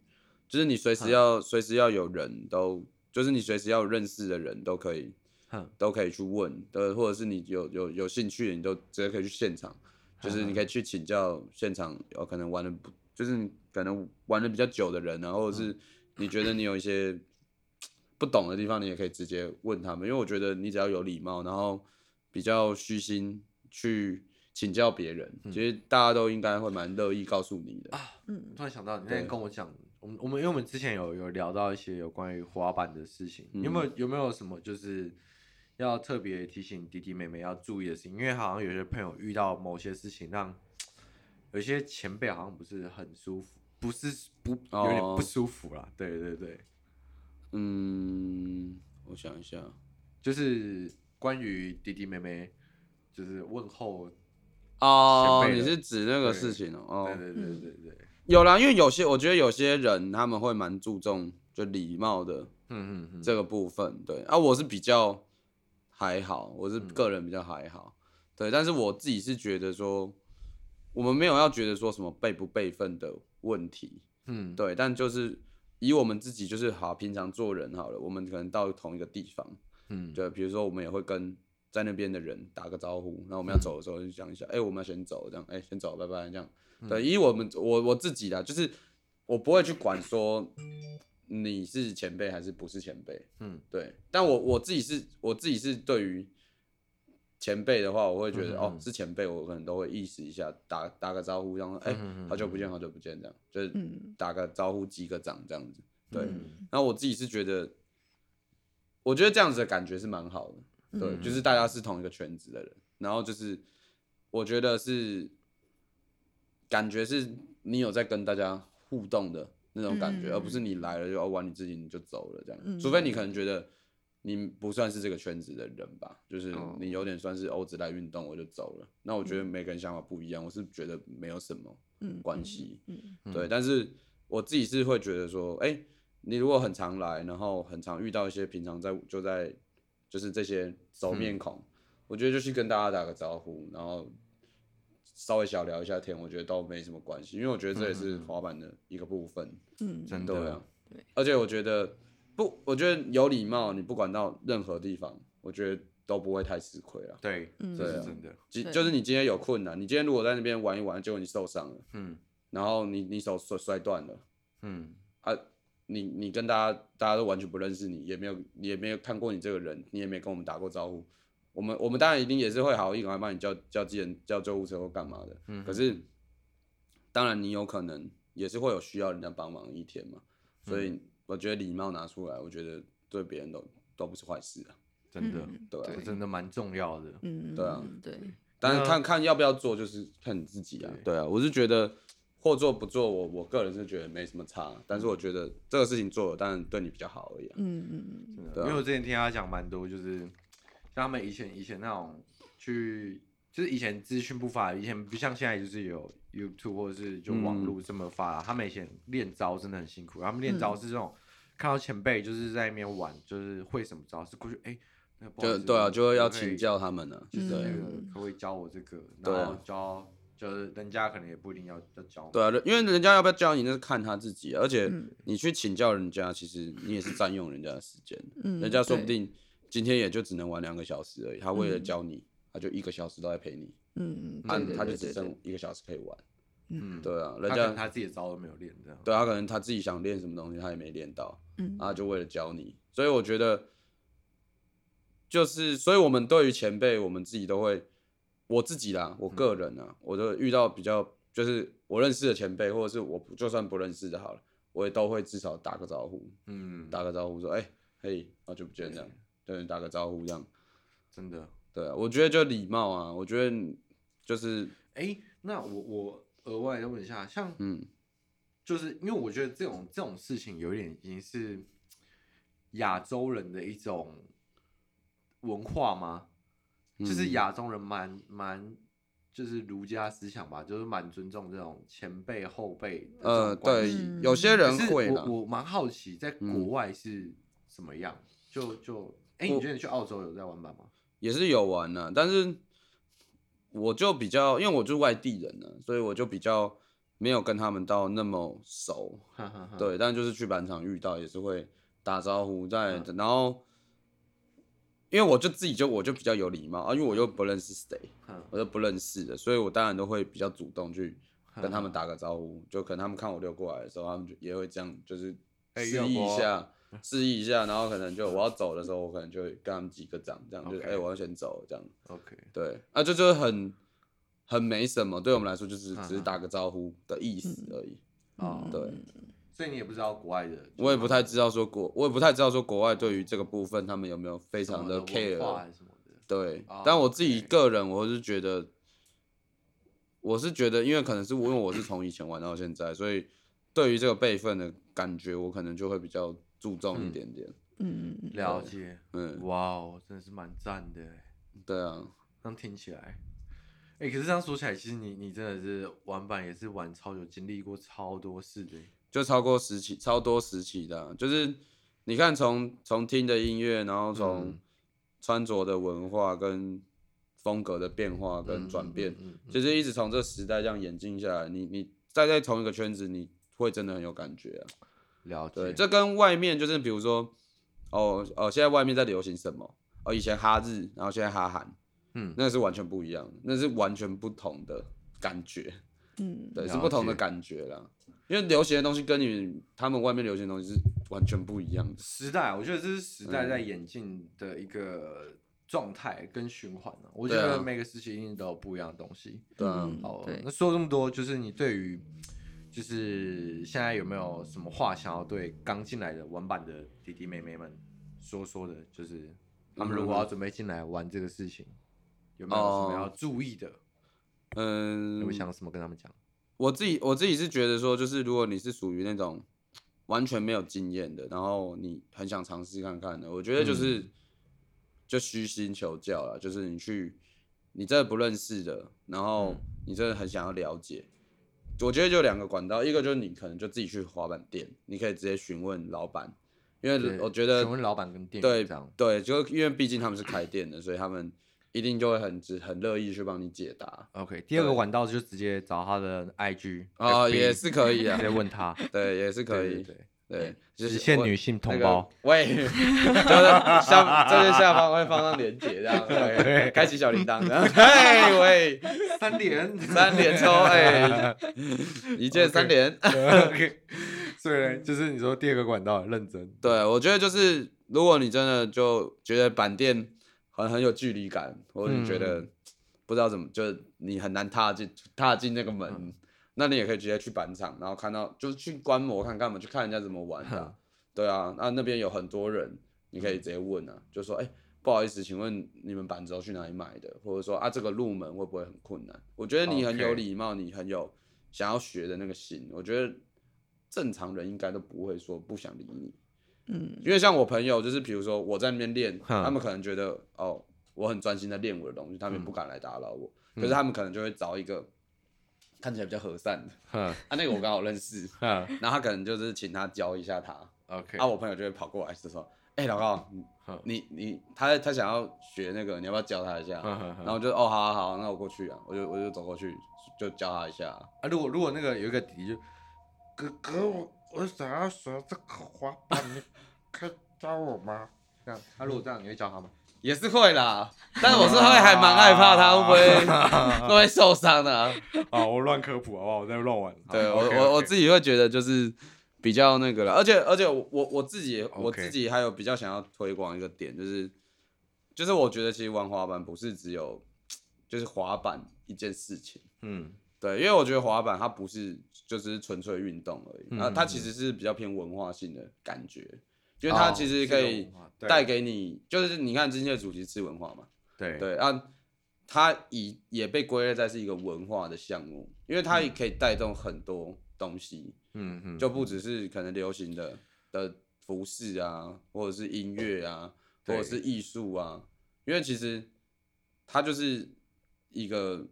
Speaker 3: 就是你随时要随时要有人都，就是你随时要有认识的人都可以
Speaker 2: 哼
Speaker 3: 都可以去问，呃，或者是你有有有兴趣，你都直接可以去现场，就是你可以去请教现场，有可能玩的不，就是你可能玩的比较久的人啊，或者是你觉得你有一些不懂的地方，你也可以直接问他们，因为我觉得你只要有礼貌，然后比较虚心去请教别人，其实大家都应该会蛮乐意告诉你的。
Speaker 4: 嗯，
Speaker 2: 突然想到，你那天
Speaker 3: 对
Speaker 2: 跟我讲，我们我们因为我们之前有有聊到一些有关于滑板的事情，
Speaker 3: 嗯
Speaker 2: 有没有有没有什么就是要特别提醒弟弟妹妹要注意的事情？因为好像有些朋友遇到某些事情让，有些前辈好像不是很舒服，不是不有点
Speaker 3: 哦
Speaker 2: 不舒服啦。对对对，
Speaker 3: 嗯，我想一下，
Speaker 2: 就是关于弟弟妹妹就是问候，
Speaker 3: 哦，
Speaker 2: 前辈
Speaker 3: 你
Speaker 2: 的
Speaker 3: 是指那个
Speaker 2: 对
Speaker 3: 事情哦？哦
Speaker 2: 对，对对对对，
Speaker 3: 有啦，因为有些我觉得有些人他们会蛮注重就礼貌的
Speaker 2: 嗯嗯嗯，
Speaker 3: 这个部分，对啊，我是比较还好，我
Speaker 2: 嗯
Speaker 3: 是个人比较还好，对，但是我自己是觉得说，我们没有要觉得说什么辈不辈分的问题，
Speaker 2: 嗯
Speaker 3: 对，但就是以我们自己就是好平常做人好了，我们可能到同一个地方，
Speaker 2: 嗯，
Speaker 3: 对，比如说我们也会跟在那边的人打个招呼，然后我们要走的时候就讲一下，哎、我们要先走，这样，哎、先走，拜拜，这样。
Speaker 2: 嗯
Speaker 3: 对，以我们我我自己的，就是我不会去管说你是前辈还是不是前辈，
Speaker 2: 嗯，
Speaker 3: 对。但我我自己是，我自己是对于前辈的话，我会觉得、
Speaker 2: 嗯
Speaker 3: 哦
Speaker 2: 嗯
Speaker 3: 是前辈，我可能都会意识一下，打打个招呼，然后哎、
Speaker 2: 嗯嗯嗯
Speaker 3: 好久不见，好久不见，这样就是
Speaker 4: 嗯
Speaker 3: 打个招呼，击个掌这样子，对。
Speaker 2: 嗯
Speaker 3: 然后我自己是觉得，我觉得这样子的感觉是蛮好的，对，
Speaker 2: 嗯
Speaker 3: 就是大家是同一个圈子的人，然后就是我觉得是感觉是你有在跟大家互动的那种感觉，
Speaker 4: 嗯
Speaker 3: 而不是你来了就哦玩你自己你就走了这样，
Speaker 4: 嗯
Speaker 3: 除非你可能觉得。你不算是这个圈子的人吧，就是
Speaker 4: 哦
Speaker 3: 你有点算是欧只来运动我就走了。那我觉得每个人想法不一样，我是觉得没有什么
Speaker 4: 嗯
Speaker 3: 关系。
Speaker 4: 嗯
Speaker 3: 对，但是我自己是会觉得说，哎、你如果很常来，然后很常遇到一些平常在就在就是这些熟面孔，我觉得就去跟大家打个招呼，然后稍微小聊一下天，我觉得都没什么关系，因为我觉得这也是滑板的一个部分。
Speaker 4: 嗯
Speaker 2: 真
Speaker 3: 对
Speaker 2: 的
Speaker 3: 啊，而且我觉得不，我觉得有礼貌，你不管到任何地方，我觉得都不会太吃亏啊。
Speaker 2: 对，
Speaker 4: 嗯
Speaker 2: 这
Speaker 3: 对
Speaker 2: 是
Speaker 3: 啊
Speaker 2: 真的，
Speaker 3: 即
Speaker 4: 对
Speaker 3: 就是你今天有困难，你今天如果在那边玩一玩，结果你受伤了，
Speaker 2: 嗯
Speaker 3: 然后你你手摔摔断了。
Speaker 2: 嗯
Speaker 3: 啊，你你跟大家大家都完全不认识你，也没有你也没有看过你这个人，你也没跟我们打过招呼。我们我们当然一定也是会好意赶快帮你叫叫机人叫救护车或干嘛的。
Speaker 2: 嗯
Speaker 3: 可是当然你有可能也是会有需要人家帮忙的一天嘛，所以我觉得礼貌拿出来，我觉得对别人都都不是坏事啊。
Speaker 2: 真的，
Speaker 4: 嗯
Speaker 3: 对啊
Speaker 2: 这真的蛮重要的。
Speaker 4: 嗯，
Speaker 3: 对啊，
Speaker 4: 对，
Speaker 3: 但是看看要不要做，就是看你自己啊。对啊，我是觉得或做不做，我我个人是觉得没什么差，啊但是我觉得这个事情做了，当然对你比较好而已、啊。
Speaker 4: 嗯嗯嗯，
Speaker 3: 对啊
Speaker 2: 因为我之前听他讲蛮多，就是像他们以前以前那种去，就是以前资讯不发达，以前不像现在就是有 YouTube 或者是就
Speaker 3: 嗯
Speaker 2: 网络这么发达。他们以前练招真的很辛苦，他们练
Speaker 4: 嗯
Speaker 2: 招是这种、看到前辈就是在那边玩，就是会什么招，是过去哎，那不好意
Speaker 3: 就
Speaker 2: 思
Speaker 3: 对啊，就会要
Speaker 2: 可不可以
Speaker 3: 请教他们了、
Speaker 2: 就是那
Speaker 3: 对
Speaker 2: 个
Speaker 4: 嗯
Speaker 2: 可不可以教我这个，
Speaker 3: 对
Speaker 2: 然
Speaker 3: 啊
Speaker 2: 后教就是人家可能也不一定要要教我。
Speaker 3: 对啊，因为人家要不要教你，那是看他自己啊，而且
Speaker 4: 嗯
Speaker 3: 你去请教人家，其实你也是占用人家的时间，
Speaker 4: 嗯
Speaker 3: 人家说不
Speaker 4: 对
Speaker 3: 定今天也就只能玩两个小时而已，他为了
Speaker 4: 嗯
Speaker 3: 教你，他就一个小时都在陪你，
Speaker 4: 嗯，
Speaker 3: 他
Speaker 4: 对对
Speaker 3: 他就
Speaker 4: 对
Speaker 3: 只
Speaker 4: 对
Speaker 3: 剩一个小时可以玩，
Speaker 2: 嗯，
Speaker 3: 对啊，
Speaker 2: 他
Speaker 3: 人
Speaker 2: 可能
Speaker 3: 家
Speaker 2: 他自己的招都没有练这样。
Speaker 3: 对他啊可能他自己想练什么东西，他也没练到，
Speaker 4: 嗯
Speaker 3: 啊，就为了教你，所以我觉得就是，所以我们对于前辈，我们自己都会，我自己啦，我
Speaker 2: 嗯
Speaker 3: 个人啊，我都遇到比较就是我认识的前辈，或者是我不就算不认识的好了，我也都会至少打个招呼，
Speaker 2: 嗯，
Speaker 3: 打个招呼说，哎、嘿，好久不见这样，对，打个招呼这样，
Speaker 2: 真的。
Speaker 3: 对啊，我觉得就礼貌啊，我觉得就是，
Speaker 2: 哎、那我我额外再问一下，像
Speaker 3: 嗯，
Speaker 2: 就是因为我觉得这种这种事情有点已经是亚洲人的一种文化吗？就是
Speaker 3: 嗯
Speaker 2: 亚洲人蛮蛮就是儒家思想吧，就是蛮尊重这种前辈后辈的这种
Speaker 3: 呃，
Speaker 2: 关
Speaker 3: 对
Speaker 2: 系
Speaker 4: 嗯，
Speaker 3: 有些人
Speaker 2: 可是
Speaker 3: 会啦，
Speaker 2: 我我蛮好奇，在国
Speaker 3: 嗯
Speaker 2: 外是怎么样？就就哎、
Speaker 3: 我
Speaker 2: 你觉得你去澳洲有在玩板吗？
Speaker 3: 也是有玩呐、但是我就比较，因为我就是外地人呢、所以我就比较没有跟他们到那么熟。
Speaker 2: 哈哈哈，
Speaker 3: 对，但就是去板场遇到也是会打招呼，在、然后，因为我就自己就我就比较有礼貌啊，因为我又不认识谁，
Speaker 2: 哼，
Speaker 3: 我又不认识的，所以我当然都会比较主动去跟他们
Speaker 2: 哼
Speaker 3: 打个招呼。就可能他们看我溜过来的时候，他们就也会这样，就是
Speaker 2: 哎
Speaker 3: 示
Speaker 2: 耀
Speaker 3: 意一
Speaker 2: 国
Speaker 3: 下，示意一下，然后可能就我要走的时候，我可能就会跟他们击个掌，这样就是哎、
Speaker 2: OK
Speaker 3: 我要先走这样。
Speaker 2: OK，
Speaker 3: 对，啊，这就是很很没什么，对我们来说就是
Speaker 2: 嗯
Speaker 3: 只是打个招呼的意思而已。
Speaker 4: 嗯
Speaker 2: 哦、
Speaker 3: 对，
Speaker 2: 所以你也不知道国外的，
Speaker 3: 我也不太知道说国，我也不太知道说国外对于这个部分他们有没有非
Speaker 2: 什
Speaker 3: 常
Speaker 2: 么
Speaker 3: 的
Speaker 2: 文
Speaker 3: care
Speaker 2: 化还是什么的，
Speaker 3: 对
Speaker 2: 哦，
Speaker 3: 但我自己
Speaker 2: OK
Speaker 3: 个人，我是觉得，我是觉得，因为可能是因为我是从以前玩到现在，所以对于这个辈分的感觉，我可能就会比较注重一
Speaker 2: 嗯
Speaker 3: 点点。
Speaker 4: 嗯嗯
Speaker 2: 了解，
Speaker 3: 嗯，
Speaker 2: 哇哦，真的是蛮赞的欸，
Speaker 3: 对啊，
Speaker 2: 这样听起来，哎、可是这样说起来，其实你你真的是玩板也是玩超久，经历过超多事的欸，
Speaker 3: 就超过十期，超多十期的啊、就是你看从从听的音乐，然后从
Speaker 2: 嗯
Speaker 3: 穿着的文化跟风格的变化跟转变，
Speaker 2: 嗯，嗯
Speaker 3: 就是一直从这时代这样演进下来，你你待在同一个圈子，你会真的很有感觉啊。
Speaker 2: 了
Speaker 3: 对，
Speaker 2: 解，
Speaker 3: 这跟外面就是比如说，哦哦，现在外面在流行什么？哦，以前哈日，然后现在哈韩，
Speaker 2: 嗯
Speaker 3: 那是完全不一样的，那是完全不同的感觉，
Speaker 4: 嗯，
Speaker 3: 对，
Speaker 2: 了
Speaker 3: 是不同的
Speaker 2: 解
Speaker 3: 感觉啦。因为流行的东西跟你他们外面流行的东西是完全不一样的。
Speaker 2: 时代，啊我觉得这是时代
Speaker 3: 嗯
Speaker 2: 在演进的一个状态跟循环呢、我觉
Speaker 3: 对啊
Speaker 2: 得每个时期一定都有不一样的东西。
Speaker 3: 对啊
Speaker 4: 嗯
Speaker 2: 好，
Speaker 4: 对
Speaker 2: 那说了这么多，就是你对于就是现在有没有什么话想要对刚进来的玩板的弟弟妹妹们说说的？就是他们如果要准备进来玩这个事情，有没有什么
Speaker 3: 嗯哦
Speaker 2: 要注意的？
Speaker 3: 嗯，
Speaker 2: 有没有想什么跟他们讲？
Speaker 3: 我自己我自己是觉得说，就是如果你是属于那种完全没有经验的，然后你很想尝试看看的，我觉得就是、
Speaker 2: 嗯
Speaker 3: 就虚心求教了，就是你去你真的不认识的，然
Speaker 2: 嗯
Speaker 3: 后你真的很想要了解。我觉得就两个管道，一个就是你可能就自己去滑板店，你可以直接询问老板，因为嗯我觉得
Speaker 2: 询问老板跟店
Speaker 3: 对
Speaker 2: 员这样，
Speaker 3: 对，就因为毕竟他们是开店的，所以他们一定就会很直很乐意去帮你解答
Speaker 2: OK，第二个
Speaker 3: 对
Speaker 2: 管道就直接找他的 IG
Speaker 3: 啊、
Speaker 2: FB
Speaker 3: 也是
Speaker 2: [LAUGHS]
Speaker 3: 可以啊
Speaker 2: 直接，问
Speaker 3: [LAUGHS]
Speaker 2: 他，
Speaker 3: 对，也是可
Speaker 2: 对
Speaker 3: 以。
Speaker 2: 对
Speaker 3: 对，就
Speaker 2: 对，
Speaker 3: 是
Speaker 2: 实现
Speaker 3: 我
Speaker 2: 女性同
Speaker 3: 那个
Speaker 2: 胞。
Speaker 3: [LAUGHS] 喂，就是下这些下方会放上链接，
Speaker 2: [LAUGHS]
Speaker 3: 这样对，开启小铃铛，然后 [LAUGHS] 嘿喂，
Speaker 2: 三连，
Speaker 3: 三连抽，哎，一键三连。
Speaker 2: [LAUGHS] OK，所以呢就是你说第二个管道认真， [LAUGHS]
Speaker 3: 对，我觉得就是如果你真的就觉得板店很很有距离感，或者你觉得不知道怎么，就是你很难踏进踏进那个门，那你也可以直接去板场，然后看到就是去观摩看看嘛，去看人家怎么玩的啊、对啊，那那边有很多人，你可以直接问啊，就说哎、不好意思，请问你们板子都去哪里买的？或者说啊，这个入门会不会很困难？我觉得你很有
Speaker 2: OK
Speaker 3: 礼貌，你很有想要学的那个心，我觉得正常人应该都不会说不想理你。
Speaker 4: 嗯，
Speaker 3: 因为像我朋友，就是比如说我在那边练，
Speaker 2: 哼
Speaker 3: 他们可能觉得哦，我很专心在练我的东西，他们也不敢来打扰我。可是他们可能就会找一个看起来比较和善的，
Speaker 2: 哼
Speaker 3: 啊，那个我刚好认识， [LAUGHS]
Speaker 2: 哼
Speaker 3: 然后他可能就是请他教一下他，
Speaker 2: ，OK，
Speaker 3: 啊，我朋友就会跑过来就说，哎、老高，你
Speaker 2: 哼
Speaker 3: 你你，他他想要学那个，你要不要教他一下？
Speaker 2: 哼哼
Speaker 3: 然
Speaker 2: 哼
Speaker 3: 后我就哦，好啊好啊，那我过去啊，我就我就走过去就教他一下，
Speaker 2: 啊，如果如果那个有一个弟弟就，哥哥，我我想要学这个滑板，你可以教我吗？这样，他如果这样，你会教他吗？
Speaker 3: 也是会啦，但我是会还蛮害怕他会不会会不
Speaker 2: 会？
Speaker 3: 会受伤的啊、
Speaker 2: [LAUGHS] 啊，我乱科普好不好？我在乱玩。啊
Speaker 3: 对我我我自
Speaker 2: 己
Speaker 3: 己会觉得就是比较那个了，而且而且我我我自己也我
Speaker 2: OK
Speaker 3: 自己还有比较想要推广一个点，就是就是我觉得其实玩滑板不是只有就是滑板一件事情，
Speaker 2: 嗯
Speaker 3: 对，因为我觉得滑板它不是就只是纯粹运动而已，
Speaker 2: 嗯
Speaker 3: 啊、它
Speaker 2: 嗯
Speaker 3: 其实是比较偏文化性的感觉，因为它
Speaker 2: 哦
Speaker 3: 其实
Speaker 2: 是个
Speaker 3: 可以
Speaker 2: 文化对
Speaker 3: 带给你，就是你看今天的主题是文化嘛，
Speaker 2: 对
Speaker 3: 对啊，它以也被归类在是一个文化的项目，因为它也可以带动很多东西，
Speaker 2: 嗯嗯
Speaker 3: 就不只是可能流行的的服饰啊，或者是音乐啊，或
Speaker 2: 对
Speaker 3: 者是艺术啊，因为其实它就是一个，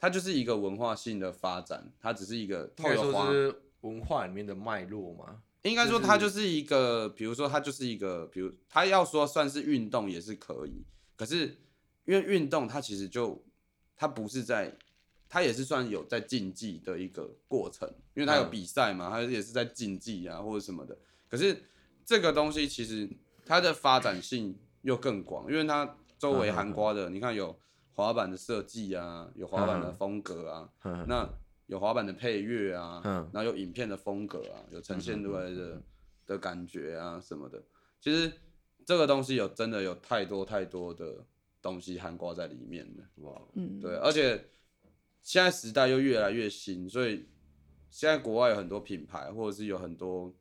Speaker 3: 它就是一个文化性的发展，它只是一个
Speaker 2: 应
Speaker 3: 透
Speaker 2: 该
Speaker 3: 过
Speaker 2: 说
Speaker 3: 花，
Speaker 2: 是文化里面的脉络嘛。
Speaker 3: 应该说
Speaker 2: 就
Speaker 3: 它
Speaker 2: 是
Speaker 3: 就是一个，比如说它就是一个，比如它要说算是运动也是可以，可是因为运动它其实就它不是在，它也是算有在竞技的一个过程，因为它有
Speaker 2: 嗯
Speaker 3: 比赛嘛，它也是在竞技啊或者什么的。可是这个东西其实它的发展性又更广，因为它周围
Speaker 2: 嗯嗯
Speaker 3: 涵盖的，你看有滑板的设计啊，有滑板的
Speaker 2: 嗯
Speaker 3: 风格啊，
Speaker 2: 嗯
Speaker 3: 那有滑板的配乐啊，
Speaker 2: 嗯
Speaker 3: 然后有影片的风格啊，有呈现出来的、的感觉啊什么的。其实这个东西有真的有太多太多的东西含挂在里面了，
Speaker 2: 哇，
Speaker 4: 嗯，
Speaker 3: 对，而且现在时代又越来越新，所以现在国外有很多品牌，或者是有很多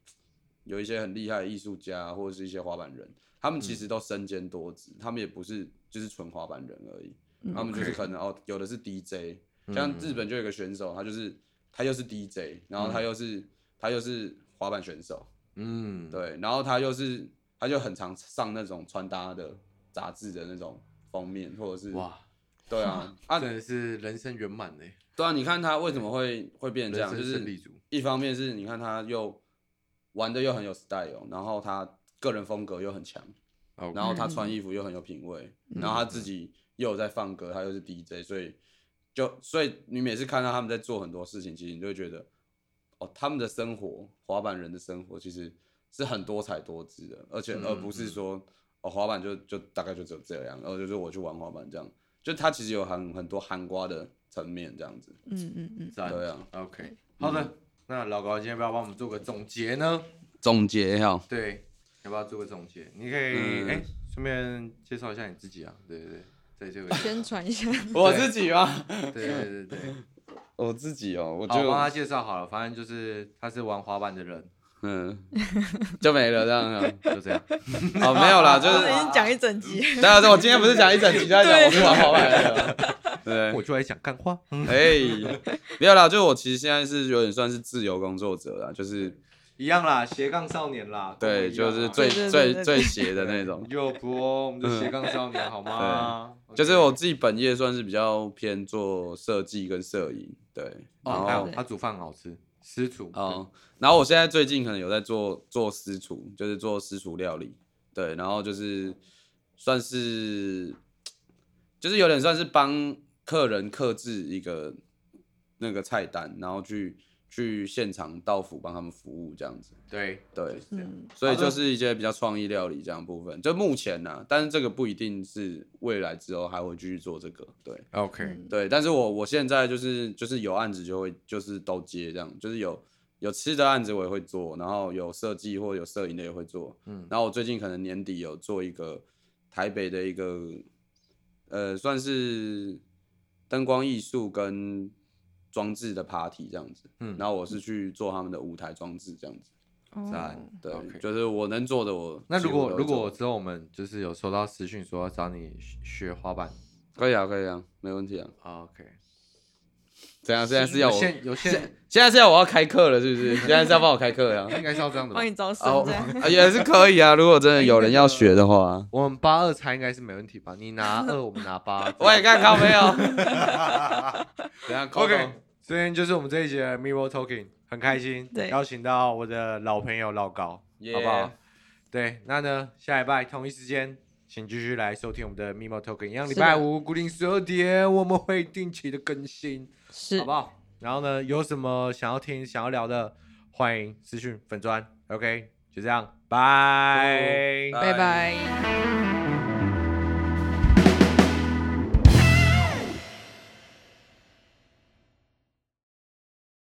Speaker 3: 有一些很厉害的艺术家，啊或者是一些滑板人，他
Speaker 2: 嗯
Speaker 3: 们其实都身兼多职，他们也不是就是纯滑板人而已，他们就是
Speaker 2: 嗯 OK 嗯
Speaker 3: 可能哦，有的是 DJ，像日本就有一个选手，他就是他又是 DJ，然后他又是、他又是滑板选手，
Speaker 2: 嗯，
Speaker 3: 对，然后他又是他就很常上那种穿搭的杂志的那种封面，或者是
Speaker 2: 哇，
Speaker 3: 对
Speaker 2: [LAUGHS]
Speaker 3: 啊啊
Speaker 2: 真的是人生圆满呢，
Speaker 3: 对啊，你看他为什么会会变成这
Speaker 2: 人
Speaker 3: 样，
Speaker 2: 生
Speaker 3: 就
Speaker 2: 胜利
Speaker 3: 是
Speaker 2: 组。
Speaker 3: 一方面是你看他又玩的又很有 style，然后他个人风格又很强，
Speaker 2: OK
Speaker 3: 然后他穿衣服又很有品味，然后他自己又有在放歌，他又是 DJ，所以就所以你每次看到他们在做很多事情，其实你就会觉得哦，他们的生活，滑板人的生活其实是很多彩多姿的，而且
Speaker 2: 嗯
Speaker 3: 而不是说哦，滑板就就大概就只有这样，然后就是我去玩滑板这样，就它其实有很很多含瓜的层面这样子。
Speaker 4: 嗯嗯嗯，
Speaker 2: 赞
Speaker 3: 对啊
Speaker 2: ，OK，好的，那老高今天要不要帮我们做个总结呢？
Speaker 3: 总结哈，
Speaker 2: 对，要不要做个总结？你可以
Speaker 3: 嗯
Speaker 2: 哎，顺便介绍一下你自己啊，对对对，在这个
Speaker 4: 嗯宣传一下，
Speaker 3: 我自己吗？
Speaker 2: 对对对对，
Speaker 3: 我自己哦，我
Speaker 2: 好，我
Speaker 3: 就
Speaker 2: 帮他介绍好了，反正就是他是玩滑板的人，
Speaker 3: 嗯， [LAUGHS] 就没了这样啊。
Speaker 2: 就
Speaker 3: [LAUGHS]
Speaker 2: 这样。
Speaker 3: 哦，没有 [LAUGHS] 啦，
Speaker 4: [LAUGHS]
Speaker 3: 就
Speaker 4: 我们已
Speaker 3: 是
Speaker 4: 经讲一整
Speaker 3: [LAUGHS]
Speaker 4: 集，
Speaker 3: 大家说，我今天不是讲一整集都在讲我是玩滑板的，对
Speaker 2: 我，就来讲干话，
Speaker 3: 哎，没有啦，就我其实现在是有点算是自由工作者啦，就是
Speaker 2: 一样啦，斜杠少年啦，跟我
Speaker 3: 对，
Speaker 2: 一样
Speaker 3: 就
Speaker 2: 啊
Speaker 3: 是最
Speaker 4: 对对对
Speaker 3: 最
Speaker 4: 对
Speaker 3: 最邪的那种，
Speaker 2: 右博，我们的斜杠少年好吗？哦
Speaker 3: 就是我自己本业算是比较偏做设计跟摄影，对，然
Speaker 2: 哦，还
Speaker 3: 后
Speaker 2: 有他煮饭很好吃，私厨
Speaker 3: 哦，然后我现在最近可能有在做做私厨，就是做私厨料理，对，然后就是算是就是有点算是帮客人克制一个那个菜单，然后去去现场到府帮他们服务这样子，
Speaker 2: 对
Speaker 3: 对，
Speaker 2: 对，
Speaker 4: 嗯
Speaker 3: 所以
Speaker 2: 好的
Speaker 3: 就是一些比较创意料理这样部分，就目前呢、但是这个不一定是未来之后还会继续做这个，对。
Speaker 2: OK，
Speaker 4: 嗯
Speaker 3: 对，但是我我现在就是就是有案子就会就是都接这样，就是有有吃的案子我也会做，然后有设计或有摄影的也会做，
Speaker 2: 嗯，
Speaker 3: 然后我最近可能年底有做一个台北的一个呃算是灯光艺术跟装置的 party 这样子，
Speaker 2: 嗯
Speaker 3: 然后我是去做他们的舞台装置这样子，
Speaker 2: 赞
Speaker 4: 哦，
Speaker 3: 对
Speaker 2: OK
Speaker 3: 就是我能做的我
Speaker 2: 那
Speaker 3: 几
Speaker 2: 如
Speaker 3: 乎
Speaker 2: 果
Speaker 3: 都
Speaker 2: 如果
Speaker 3: 做
Speaker 2: 之后我们就是有收到私讯说要找你学学滑板
Speaker 3: 可以啊可以啊，没问题啊，
Speaker 2: 啊，OK，
Speaker 3: 怎样现在是要
Speaker 2: 有
Speaker 3: 我
Speaker 2: 现有现
Speaker 3: 现在是要我要开课了是不是？现在是要帮我开课了啊？
Speaker 2: 应该是要这样的吧
Speaker 4: 帮。你招生
Speaker 3: 哦
Speaker 4: 这样，，
Speaker 3: 啊也是可以啊。如果真的有人要学
Speaker 2: [LAUGHS]
Speaker 3: 的话，
Speaker 2: 我们八二猜应该是没问题吧？你拿二，我们拿
Speaker 4: [LAUGHS]
Speaker 2: 八。
Speaker 3: 我也看靠
Speaker 2: [LAUGHS]
Speaker 3: 没有。等下
Speaker 2: OK，这边就是我们这一节的 Mirror Talking，很开心，
Speaker 4: 对
Speaker 2: 邀请到我的老朋友老高
Speaker 3: Yeah
Speaker 2: 好不好？对，那呢，下礼拜同一时间，请继续来收听我们的 Mirror Talking，一样礼
Speaker 4: 是的
Speaker 2: 拜五固定十二点，我们会定期的更新，
Speaker 4: [LAUGHS] 是
Speaker 2: 好不好？然后呢，有什么想要听、想要聊的，欢迎私讯粉砖。OK，就这样，拜。
Speaker 4: 拜
Speaker 3: 拜
Speaker 4: 拜。